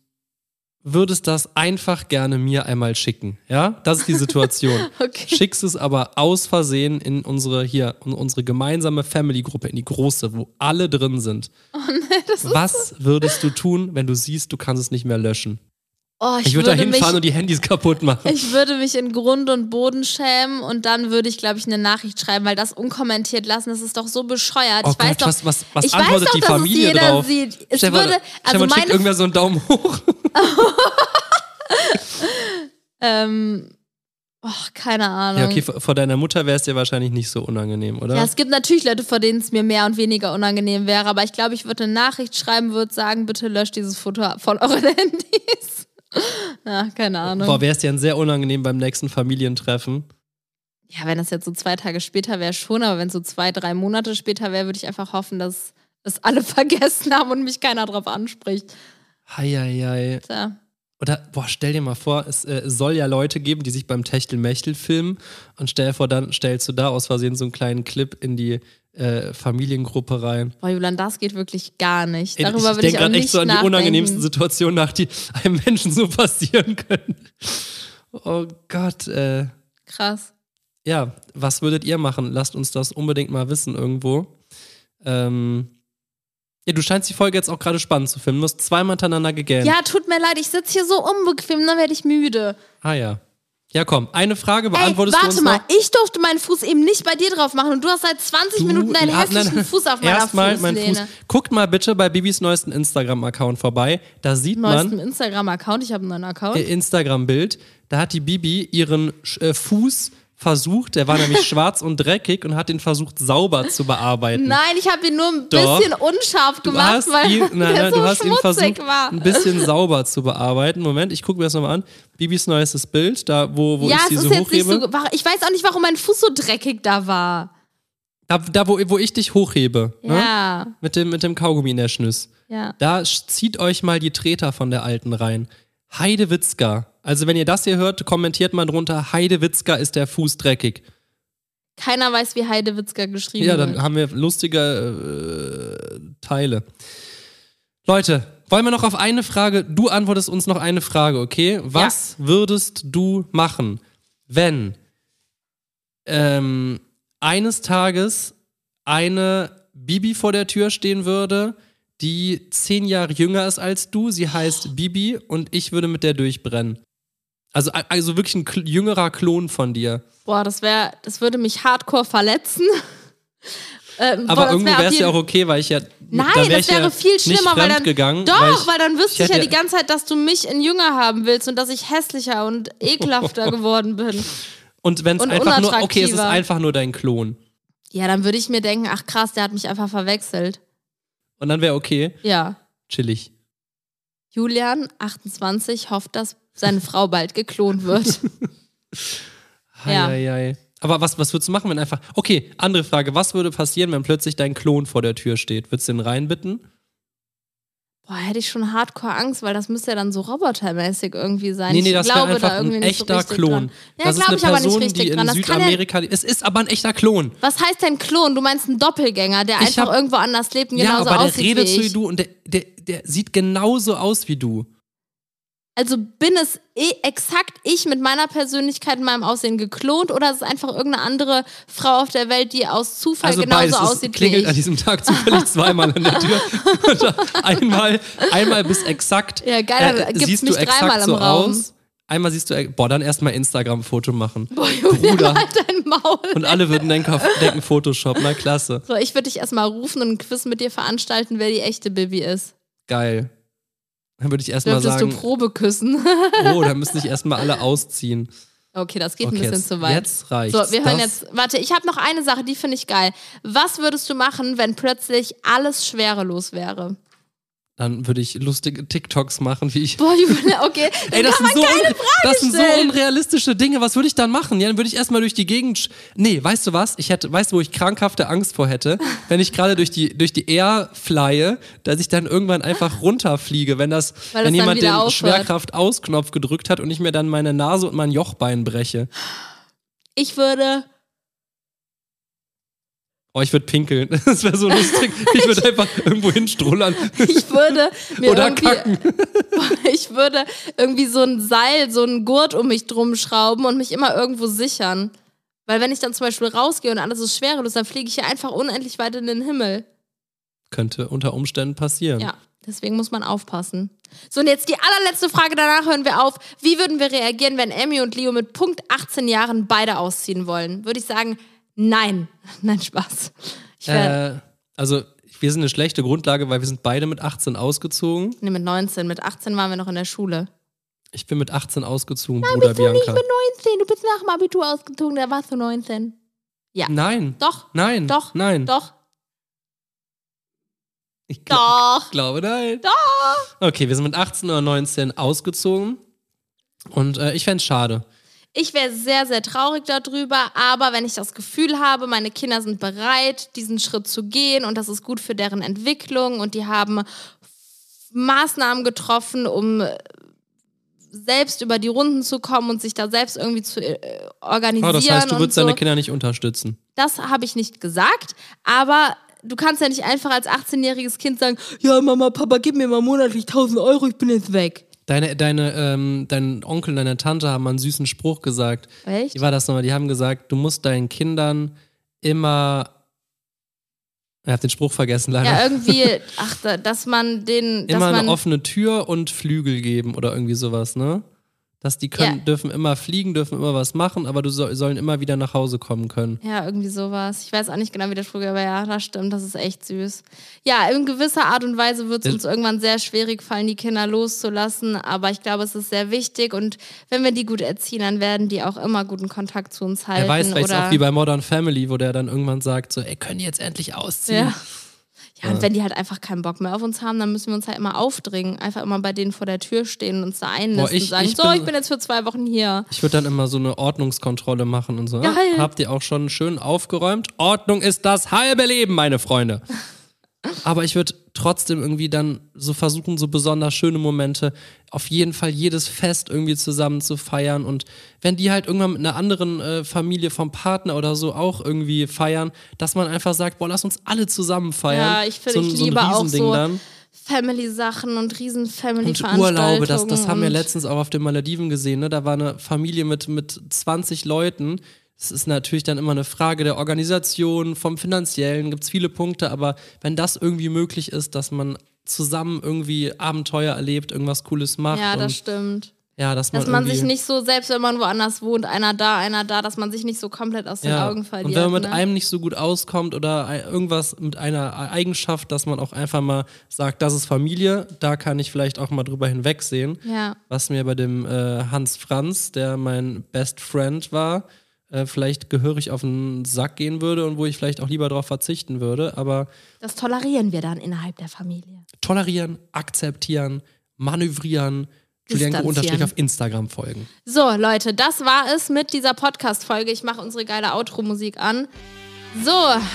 [SPEAKER 2] würdest das einfach gerne mir einmal schicken. Ja, das ist die Situation.
[SPEAKER 1] Okay.
[SPEAKER 2] Schickst es aber aus Versehen in unsere hier, in unsere gemeinsame Family-Gruppe, in die große, wo alle drin sind.
[SPEAKER 1] Oh,
[SPEAKER 2] Was würdest du tun, wenn du siehst, du kannst es nicht mehr löschen?
[SPEAKER 1] Oh, ich,
[SPEAKER 2] Ich, würde
[SPEAKER 1] würde
[SPEAKER 2] da hinfahren und
[SPEAKER 1] mich,
[SPEAKER 2] die Handys kaputt machen.
[SPEAKER 1] ich würde mich in Grund und Boden schämen und dann würde ich, glaube ich, eine Nachricht schreiben, weil das unkommentiert lassen, das ist doch so bescheuert.
[SPEAKER 2] Oh
[SPEAKER 1] ich weiß
[SPEAKER 2] Gott,
[SPEAKER 1] doch,
[SPEAKER 2] was- was- was
[SPEAKER 1] ich weiß
[SPEAKER 2] antwortet
[SPEAKER 1] doch,
[SPEAKER 2] die
[SPEAKER 1] dass
[SPEAKER 2] Familie
[SPEAKER 1] es jeder
[SPEAKER 2] drauf?
[SPEAKER 1] sieht. Es
[SPEAKER 2] Stefan,
[SPEAKER 1] würde, also
[SPEAKER 2] Stefan schickt
[SPEAKER 1] meine,
[SPEAKER 2] irgendwer so einen Daumen hoch.
[SPEAKER 1] ähm, oh, keine Ahnung.
[SPEAKER 2] Ja, okay, vor, vor deiner Mutter wäre es dir wahrscheinlich nicht so unangenehm, oder?
[SPEAKER 1] Ähm. Ja, es gibt natürlich Leute, vor denen es mir mehr und weniger unangenehm wäre, aber ich glaube, ich würde eine Nachricht schreiben, würde sagen, bitte löscht dieses Foto von euren Handys. Ja, keine Ahnung.
[SPEAKER 2] Boah, wäre es dir dann sehr unangenehm beim nächsten Familientreffen.
[SPEAKER 1] Ja, wenn das jetzt so zwei Tage später wäre, schon, aber wenn es so zwei, drei Monate später wäre, würde ich einfach hoffen, dass es alle vergessen haben und mich keiner drauf anspricht.
[SPEAKER 2] Heieiei.
[SPEAKER 1] Tja.
[SPEAKER 2] Oder, boah, stell dir mal vor, es äh, soll ja Leute geben, die sich beim Techtelmechtel filmen und stell dir vor, dann stellst du da aus Versehen so einen kleinen Clip in die äh, Familiengruppe rein.
[SPEAKER 1] Boah, Julian, das geht wirklich gar nicht.
[SPEAKER 2] Ey,
[SPEAKER 1] Darüber
[SPEAKER 2] ich
[SPEAKER 1] will ich,
[SPEAKER 2] denk
[SPEAKER 1] auch
[SPEAKER 2] grad
[SPEAKER 1] nicht
[SPEAKER 2] echt so an die
[SPEAKER 1] nachdenken.
[SPEAKER 2] unangenehmsten Situationen nach, die einem Menschen so passieren können. Oh Gott, äh.
[SPEAKER 1] Krass.
[SPEAKER 2] ja, was würdet ihr machen? Lasst uns das unbedingt mal wissen irgendwo. Ähm, ja, du scheinst die Folge jetzt auch gerade spannend zu finden. Du hast zweimal hintereinander gegähnt.
[SPEAKER 1] Ja, tut mir leid, ich sitze hier so unbequem, dann werde ich müde.
[SPEAKER 2] Ah ja. Ja, komm, eine Frage
[SPEAKER 1] Ey,
[SPEAKER 2] beantwortest du
[SPEAKER 1] warte
[SPEAKER 2] uns
[SPEAKER 1] mal,
[SPEAKER 2] noch.
[SPEAKER 1] ich durfte meinen Fuß eben nicht bei dir drauf machen und du hast seit 20
[SPEAKER 2] Du-
[SPEAKER 1] Minuten deinen
[SPEAKER 2] Ah, nein,
[SPEAKER 1] hässlichen
[SPEAKER 2] nein.
[SPEAKER 1] Fuß auf meiner
[SPEAKER 2] Erstmal mein
[SPEAKER 1] Fußlehne.
[SPEAKER 2] Fuß. Guckt mal bitte bei Bibis neuesten Instagram-Account vorbei. Da sieht
[SPEAKER 1] Neuesten
[SPEAKER 2] man
[SPEAKER 1] Instagram-Account, ich habe einen neuen Account.
[SPEAKER 2] ihr Instagram-Bild. Da hat die Bibi ihren Sch- äh, Fuß versucht. Der war nämlich schwarz und dreckig und hat den versucht sauber zu bearbeiten.
[SPEAKER 1] Nein, ich habe ihn nur ein
[SPEAKER 2] Doch.
[SPEAKER 1] bisschen unscharf
[SPEAKER 2] Du
[SPEAKER 1] gemacht,
[SPEAKER 2] hast
[SPEAKER 1] weil
[SPEAKER 2] ihn, nein,
[SPEAKER 1] der
[SPEAKER 2] nein,
[SPEAKER 1] so
[SPEAKER 2] du hast ihn
[SPEAKER 1] schmutzig
[SPEAKER 2] versucht,
[SPEAKER 1] war.
[SPEAKER 2] ein bisschen sauber zu bearbeiten. Moment, ich gucke mir das nochmal an. Bibis neuestes Bild, da wo, wo
[SPEAKER 1] ja,
[SPEAKER 2] ich
[SPEAKER 1] es
[SPEAKER 2] sie
[SPEAKER 1] ist
[SPEAKER 2] so
[SPEAKER 1] jetzt nicht
[SPEAKER 2] hochhebe.
[SPEAKER 1] so. ge- Ich weiß auch nicht, warum mein Fuß so dreckig da war.
[SPEAKER 2] da, da wo, wo ich dich hochhebe. Ne?
[SPEAKER 1] Ja,
[SPEAKER 2] Mit, dem, mit dem Kaugummi in der Schnüss.
[SPEAKER 1] ja.
[SPEAKER 2] Da sch- zieht euch mal die Treter von der alten rein. Heidewitzka. Also wenn ihr das hier hört, kommentiert mal drunter, Heidewitzka ist der Fuß dreckig.
[SPEAKER 1] Keiner weiß, wie Heidewitzka geschrieben
[SPEAKER 2] Ja, dann
[SPEAKER 1] wird.
[SPEAKER 2] haben wir lustige äh, Teile. Leute, wollen wir noch auf eine Frage? Du antwortest uns noch eine Frage, okay? Was würdest du machen, wenn ähm, eines Tages eine Bibi vor der Tür stehen würde, die zehn Jahre jünger ist als du? Sie heißt Bibi und ich würde mit der durchbrennen. Also, also wirklich ein kl- jüngerer Klon von dir.
[SPEAKER 1] Boah, das wäre, das würde mich hardcore verletzen. Äh, boah,
[SPEAKER 2] Aber
[SPEAKER 1] das
[SPEAKER 2] irgendwo
[SPEAKER 1] wär auf
[SPEAKER 2] wäre es ja
[SPEAKER 1] jeden-
[SPEAKER 2] auch okay, weil ich ja.
[SPEAKER 1] Nein,
[SPEAKER 2] da wär
[SPEAKER 1] das
[SPEAKER 2] ich
[SPEAKER 1] wäre
[SPEAKER 2] ja
[SPEAKER 1] viel schlimmer,
[SPEAKER 2] nicht
[SPEAKER 1] weil dann.
[SPEAKER 2] Gegangen,
[SPEAKER 1] doch, weil,
[SPEAKER 2] ich,
[SPEAKER 1] dann wüsste ich, ja
[SPEAKER 2] hätte-
[SPEAKER 1] die ganze Zeit, dass du mich in jünger haben willst und dass ich hässlicher und ekelhafter geworden bin.
[SPEAKER 2] Und wenn es
[SPEAKER 1] und
[SPEAKER 2] einfach nur, okay, es ist
[SPEAKER 1] unattraktiver.
[SPEAKER 2] einfach nur dein Klon.
[SPEAKER 1] Ja, dann würde ich mir denken, ach krass, der hat mich einfach verwechselt.
[SPEAKER 2] Und dann wäre okay,
[SPEAKER 1] Ja.
[SPEAKER 2] chillig.
[SPEAKER 1] Julian, 28, hofft, dass seine Frau bald geklont wird. Ja.
[SPEAKER 2] Heieiei. Aber was, was würdest du machen, wenn einfach. Okay, andere Frage. Was würde passieren, wenn plötzlich dein Klon vor der Tür steht? Würdest du ihn reinbitten?
[SPEAKER 1] Boah, hätte ich schon hardcore Angst, weil das müsste ja dann so robotermäßig irgendwie sein.
[SPEAKER 2] Nee, nee,
[SPEAKER 1] ich
[SPEAKER 2] das wäre
[SPEAKER 1] glaube da
[SPEAKER 2] einfach ein
[SPEAKER 1] irgendwie nicht so
[SPEAKER 2] echter
[SPEAKER 1] richtig
[SPEAKER 2] Klon.
[SPEAKER 1] Dran. Ja,
[SPEAKER 2] das ist
[SPEAKER 1] glaube
[SPEAKER 2] eine
[SPEAKER 1] ich aber
[SPEAKER 2] Person,
[SPEAKER 1] nicht richtig
[SPEAKER 2] die in
[SPEAKER 1] dran. Das kann ja,
[SPEAKER 2] Südamerika. Es ist aber ein echter Klon.
[SPEAKER 1] was heißt denn Klon? Du meinst einen Doppelgänger, der
[SPEAKER 2] Ich
[SPEAKER 1] einfach
[SPEAKER 2] hab-
[SPEAKER 1] irgendwo anders lebt und genauso
[SPEAKER 2] ja, aber der
[SPEAKER 1] Genau aussieht
[SPEAKER 2] redet
[SPEAKER 1] wie
[SPEAKER 2] so
[SPEAKER 1] ich.
[SPEAKER 2] wie du und der, der, der sieht genauso aus wie du.
[SPEAKER 1] Also bin es eh exakt ich mit meiner Persönlichkeit und meinem Aussehen geklont oder ist es einfach irgendeine andere Frau auf der Welt, die aus Zufall
[SPEAKER 2] Also
[SPEAKER 1] genauso
[SPEAKER 2] beides Es
[SPEAKER 1] Äh, genau aussieht wie
[SPEAKER 2] klingelt an
[SPEAKER 1] ich?
[SPEAKER 2] diesem Tag zufällig zweimal an der Tür. Und einmal, einmal bis exakt. Äh,
[SPEAKER 1] Ja, geil, dann gibt's
[SPEAKER 2] siehst
[SPEAKER 1] mich
[SPEAKER 2] du exakt
[SPEAKER 1] dreimal im
[SPEAKER 2] so
[SPEAKER 1] Raum.
[SPEAKER 2] aus. Einmal siehst du, äh, boah, dann erstmal Instagram-Foto machen.
[SPEAKER 1] Boah, Julian,
[SPEAKER 2] Bruder.
[SPEAKER 1] halt dein Maul.
[SPEAKER 2] Und alle würden denken, denken Photoshop, na klasse.
[SPEAKER 1] So, ich würde dich erstmal rufen und ein Quiz mit dir veranstalten, wer die echte Bibi ist.
[SPEAKER 2] Geil. Dann würde ich erstmal
[SPEAKER 1] Dürftest du
[SPEAKER 2] sagen,
[SPEAKER 1] Probe küssen?
[SPEAKER 2] oh, da müssen sich erstmal alle ausziehen.
[SPEAKER 1] okay, das geht
[SPEAKER 2] Okay,
[SPEAKER 1] ein bisschen
[SPEAKER 2] jetzt,
[SPEAKER 1] zu weit.
[SPEAKER 2] jetzt reicht's.
[SPEAKER 1] so, wir hören
[SPEAKER 2] Das-
[SPEAKER 1] jetzt. Warte, ich habe noch eine Sache, die finde ich geil. Was würdest du machen, wenn plötzlich alles schwerelos wäre?
[SPEAKER 2] Dann würde ich lustige TikToks machen, wie ich
[SPEAKER 1] Boah, Julia, okay.
[SPEAKER 2] Ey, das sind, so un- das sind so
[SPEAKER 1] stellen.
[SPEAKER 2] unrealistische Dinge. Was würde ich dann machen? Ja, dann würde ich erstmal durch die Gegend. sch- Nee, weißt du was? Ich hätte, weißt du, wo ich krankhafte Angst vor hätte? Wenn ich gerade durch die, durch die Air flye, dass ich dann irgendwann einfach runterfliege, wenn das,
[SPEAKER 1] Weil das
[SPEAKER 2] wenn
[SPEAKER 1] dann
[SPEAKER 2] jemand den
[SPEAKER 1] wieder aufhört.
[SPEAKER 2] Schwerkraft-Ausknopf gedrückt hat und ich mir dann meine Nase und mein Jochbein breche.
[SPEAKER 1] Ich würde.
[SPEAKER 2] Oh, ich würde pinkeln. Das wäre so lustig. Ich würde einfach irgendwo hinstrullern.
[SPEAKER 1] Ich würde mir
[SPEAKER 2] Oder
[SPEAKER 1] irgendwie,
[SPEAKER 2] kacken.
[SPEAKER 1] ich würde irgendwie so ein Seil, so einen Gurt um mich drum schrauben und mich immer irgendwo sichern. Weil wenn ich dann zum Beispiel rausgehe und alles ist schwerelos, dann fliege ich ja einfach unendlich weit in den Himmel.
[SPEAKER 2] Könnte unter Umständen passieren.
[SPEAKER 1] Ja, deswegen muss man aufpassen. So, und jetzt die allerletzte Frage, danach hören wir auf. Wie würden wir reagieren, wenn Emmy und Leo mit Punkt 18 Jahren beide ausziehen wollen? Würde ich sagen, nein. Nein, Spaß. Ich wär,
[SPEAKER 2] Äh, also, wir sind eine schlechte Grundlage, weil wir sind beide mit 18 ausgezogen.
[SPEAKER 1] nee, mit 19. Mit 18 waren wir noch in der Schule.
[SPEAKER 2] Ich bin mit 18 ausgezogen, Bruder Bianca.
[SPEAKER 1] 19, du bist nach dem Abitur ausgezogen, da warst du 19.
[SPEAKER 2] Nein.
[SPEAKER 1] Doch,
[SPEAKER 2] Nein.
[SPEAKER 1] doch,
[SPEAKER 2] Nein.
[SPEAKER 1] doch,
[SPEAKER 2] Ich glaub,
[SPEAKER 1] doch.
[SPEAKER 2] glaube, nein. Doch. Okay, wir sind mit 18 oder 19 ausgezogen. Und äh, ich fänd's schade.
[SPEAKER 1] Ich wäre sehr, sehr traurig darüber, aber wenn ich das Gefühl habe, meine Kinder sind bereit, diesen Schritt zu gehen und das ist gut für deren Entwicklung und die haben Maßnahmen getroffen, um äh, selbst über die Runden zu kommen und sich da selbst irgendwie zu äh, organisieren.
[SPEAKER 2] Oh, das heißt, du
[SPEAKER 1] und
[SPEAKER 2] würdest
[SPEAKER 1] so.
[SPEAKER 2] deine Kinder nicht unterstützen.
[SPEAKER 1] Das habe ich nicht gesagt, aber du kannst ja nicht einfach als 18-jähriges Kind sagen, ja, Mama, Papa, gib mir mal monatlich 1000 Euro, ich bin jetzt weg.
[SPEAKER 2] Deine, deine, ähm, dein Onkel, deine Tante haben mal einen süßen Spruch gesagt.
[SPEAKER 1] Echt?
[SPEAKER 2] Wie war das nochmal? Die haben gesagt, du musst deinen Kindern immer. Ich habe den Spruch vergessen, leider.
[SPEAKER 1] Ja, irgendwie, ach, da- dass man den, dass
[SPEAKER 2] immer
[SPEAKER 1] man,
[SPEAKER 2] eine offene Tür und Flügel geben oder irgendwie sowas, ne? Dass die können,
[SPEAKER 1] Ja.
[SPEAKER 2] dürfen immer fliegen, dürfen immer was machen, aber du soll, sollen immer wieder nach Hause kommen können.
[SPEAKER 1] ja, irgendwie sowas. Ich weiß auch nicht genau, wie der Spruch, aber ja, das stimmt, das ist echt süß. Ja, in gewisser Art und Weise wird es
[SPEAKER 2] Ja.
[SPEAKER 1] uns irgendwann sehr schwierig fallen, die Kinder loszulassen, aber ich glaube, es ist sehr wichtig und wenn wir die gut erziehen, dann werden die auch immer guten Kontakt zu uns halten.
[SPEAKER 2] Er weiß, vielleicht ist
[SPEAKER 1] oder
[SPEAKER 2] auch wie bei Modern Family, wo der dann irgendwann sagt, so, ey, können die jetzt endlich ausziehen?
[SPEAKER 1] Ja. Ja, und wenn die halt einfach keinen Bock mehr auf uns haben, dann müssen wir uns halt immer aufdringen. Einfach immer bei denen vor der Tür stehen und uns da einlisten
[SPEAKER 2] Boah, ich-
[SPEAKER 1] und sagen,
[SPEAKER 2] ich
[SPEAKER 1] so,
[SPEAKER 2] bin-
[SPEAKER 1] ich bin jetzt für zwei Wochen hier.
[SPEAKER 2] Ich würde dann immer so eine Ordnungskontrolle machen und so.
[SPEAKER 1] Geil.
[SPEAKER 2] Habt ihr auch schon schön aufgeräumt? Ordnung ist das halbe Leben, meine Freunde. Aber ich würde trotzdem irgendwie dann so versuchen, so besonders schöne Momente, auf jeden Fall jedes Fest irgendwie zusammen zu feiern. Und wenn die halt irgendwann mit einer anderen äh, Familie vom Partner oder so auch irgendwie feiern, dass man einfach sagt, boah, lass uns alle zusammen feiern.
[SPEAKER 1] Ja, ich find-
[SPEAKER 2] so, ein-
[SPEAKER 1] ich
[SPEAKER 2] so ein
[SPEAKER 1] liebe auch
[SPEAKER 2] Riesending
[SPEAKER 1] so
[SPEAKER 2] dann.
[SPEAKER 1] Family-Sachen und riesen
[SPEAKER 2] Und
[SPEAKER 1] Family-Veranstaltungen.
[SPEAKER 2] Urlaube, das, das haben wir
[SPEAKER 1] und-
[SPEAKER 2] letztens auch auf den Malediven gesehen. Ne? Da war eine Familie mit, mit 20 Leuten. Es ist natürlich dann immer eine Frage der Organisation, vom Finanziellen, gibt es viele Punkte, aber wenn das irgendwie möglich ist, dass man zusammen irgendwie Abenteuer erlebt, irgendwas Cooles macht.
[SPEAKER 1] Ja, das
[SPEAKER 2] und,
[SPEAKER 1] stimmt.
[SPEAKER 2] Ja, dass man,
[SPEAKER 1] Dass man
[SPEAKER 2] irgendwie-
[SPEAKER 1] sich nicht so, selbst wenn man woanders wohnt, einer da, einer da, dass man sich nicht so komplett aus den
[SPEAKER 2] ja.
[SPEAKER 1] Augen verliert.
[SPEAKER 2] Und wenn man mit
[SPEAKER 1] ne?
[SPEAKER 2] einem nicht so gut auskommt oder ei- irgendwas mit einer Eigenschaft, dass man auch einfach mal sagt, das ist Familie, da kann ich vielleicht auch mal drüber hinwegsehen.
[SPEAKER 1] Ja.
[SPEAKER 2] Was mir bei dem äh, Hans Franz, der mein Best Friend war, äh, vielleicht gehörig auf den Sack gehen würde und wo ich vielleicht auch lieber darauf verzichten würde. Aber
[SPEAKER 1] Das tolerieren wir dann innerhalb der Familie.
[SPEAKER 2] tolerieren, akzeptieren, manövrieren, Julienko unterstrich
[SPEAKER 1] Distanzieren.
[SPEAKER 2] auf Instagram folgen.
[SPEAKER 1] So, Leute, das war es mit dieser Podcast-Folge. Ich mache unsere geile Outro-Musik an. So,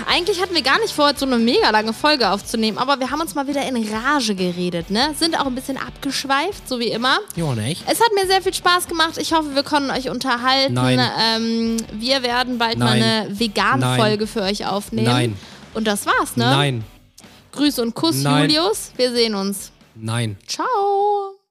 [SPEAKER 1] eigentlich hatten wir gar nicht vor, heute so eine mega lange Folge aufzunehmen, aber wir haben uns mal wieder in Rage geredet, ne? Sind auch ein bisschen abgeschweift, so wie immer.
[SPEAKER 2] Ja, nicht?
[SPEAKER 1] Es hat mir sehr viel Spaß gemacht. Ich hoffe, wir konnten euch unterhalten.
[SPEAKER 2] Nein.
[SPEAKER 1] Ähm, wir werden bald
[SPEAKER 2] Nein.
[SPEAKER 1] mal eine Vegan-Folge für euch aufnehmen.
[SPEAKER 2] Nein.
[SPEAKER 1] Und das war's, ne?
[SPEAKER 2] Nein,
[SPEAKER 1] Grüß und Kuss,
[SPEAKER 2] Nein.
[SPEAKER 1] Julius. Wir sehen uns.
[SPEAKER 2] nein.
[SPEAKER 1] Ciao.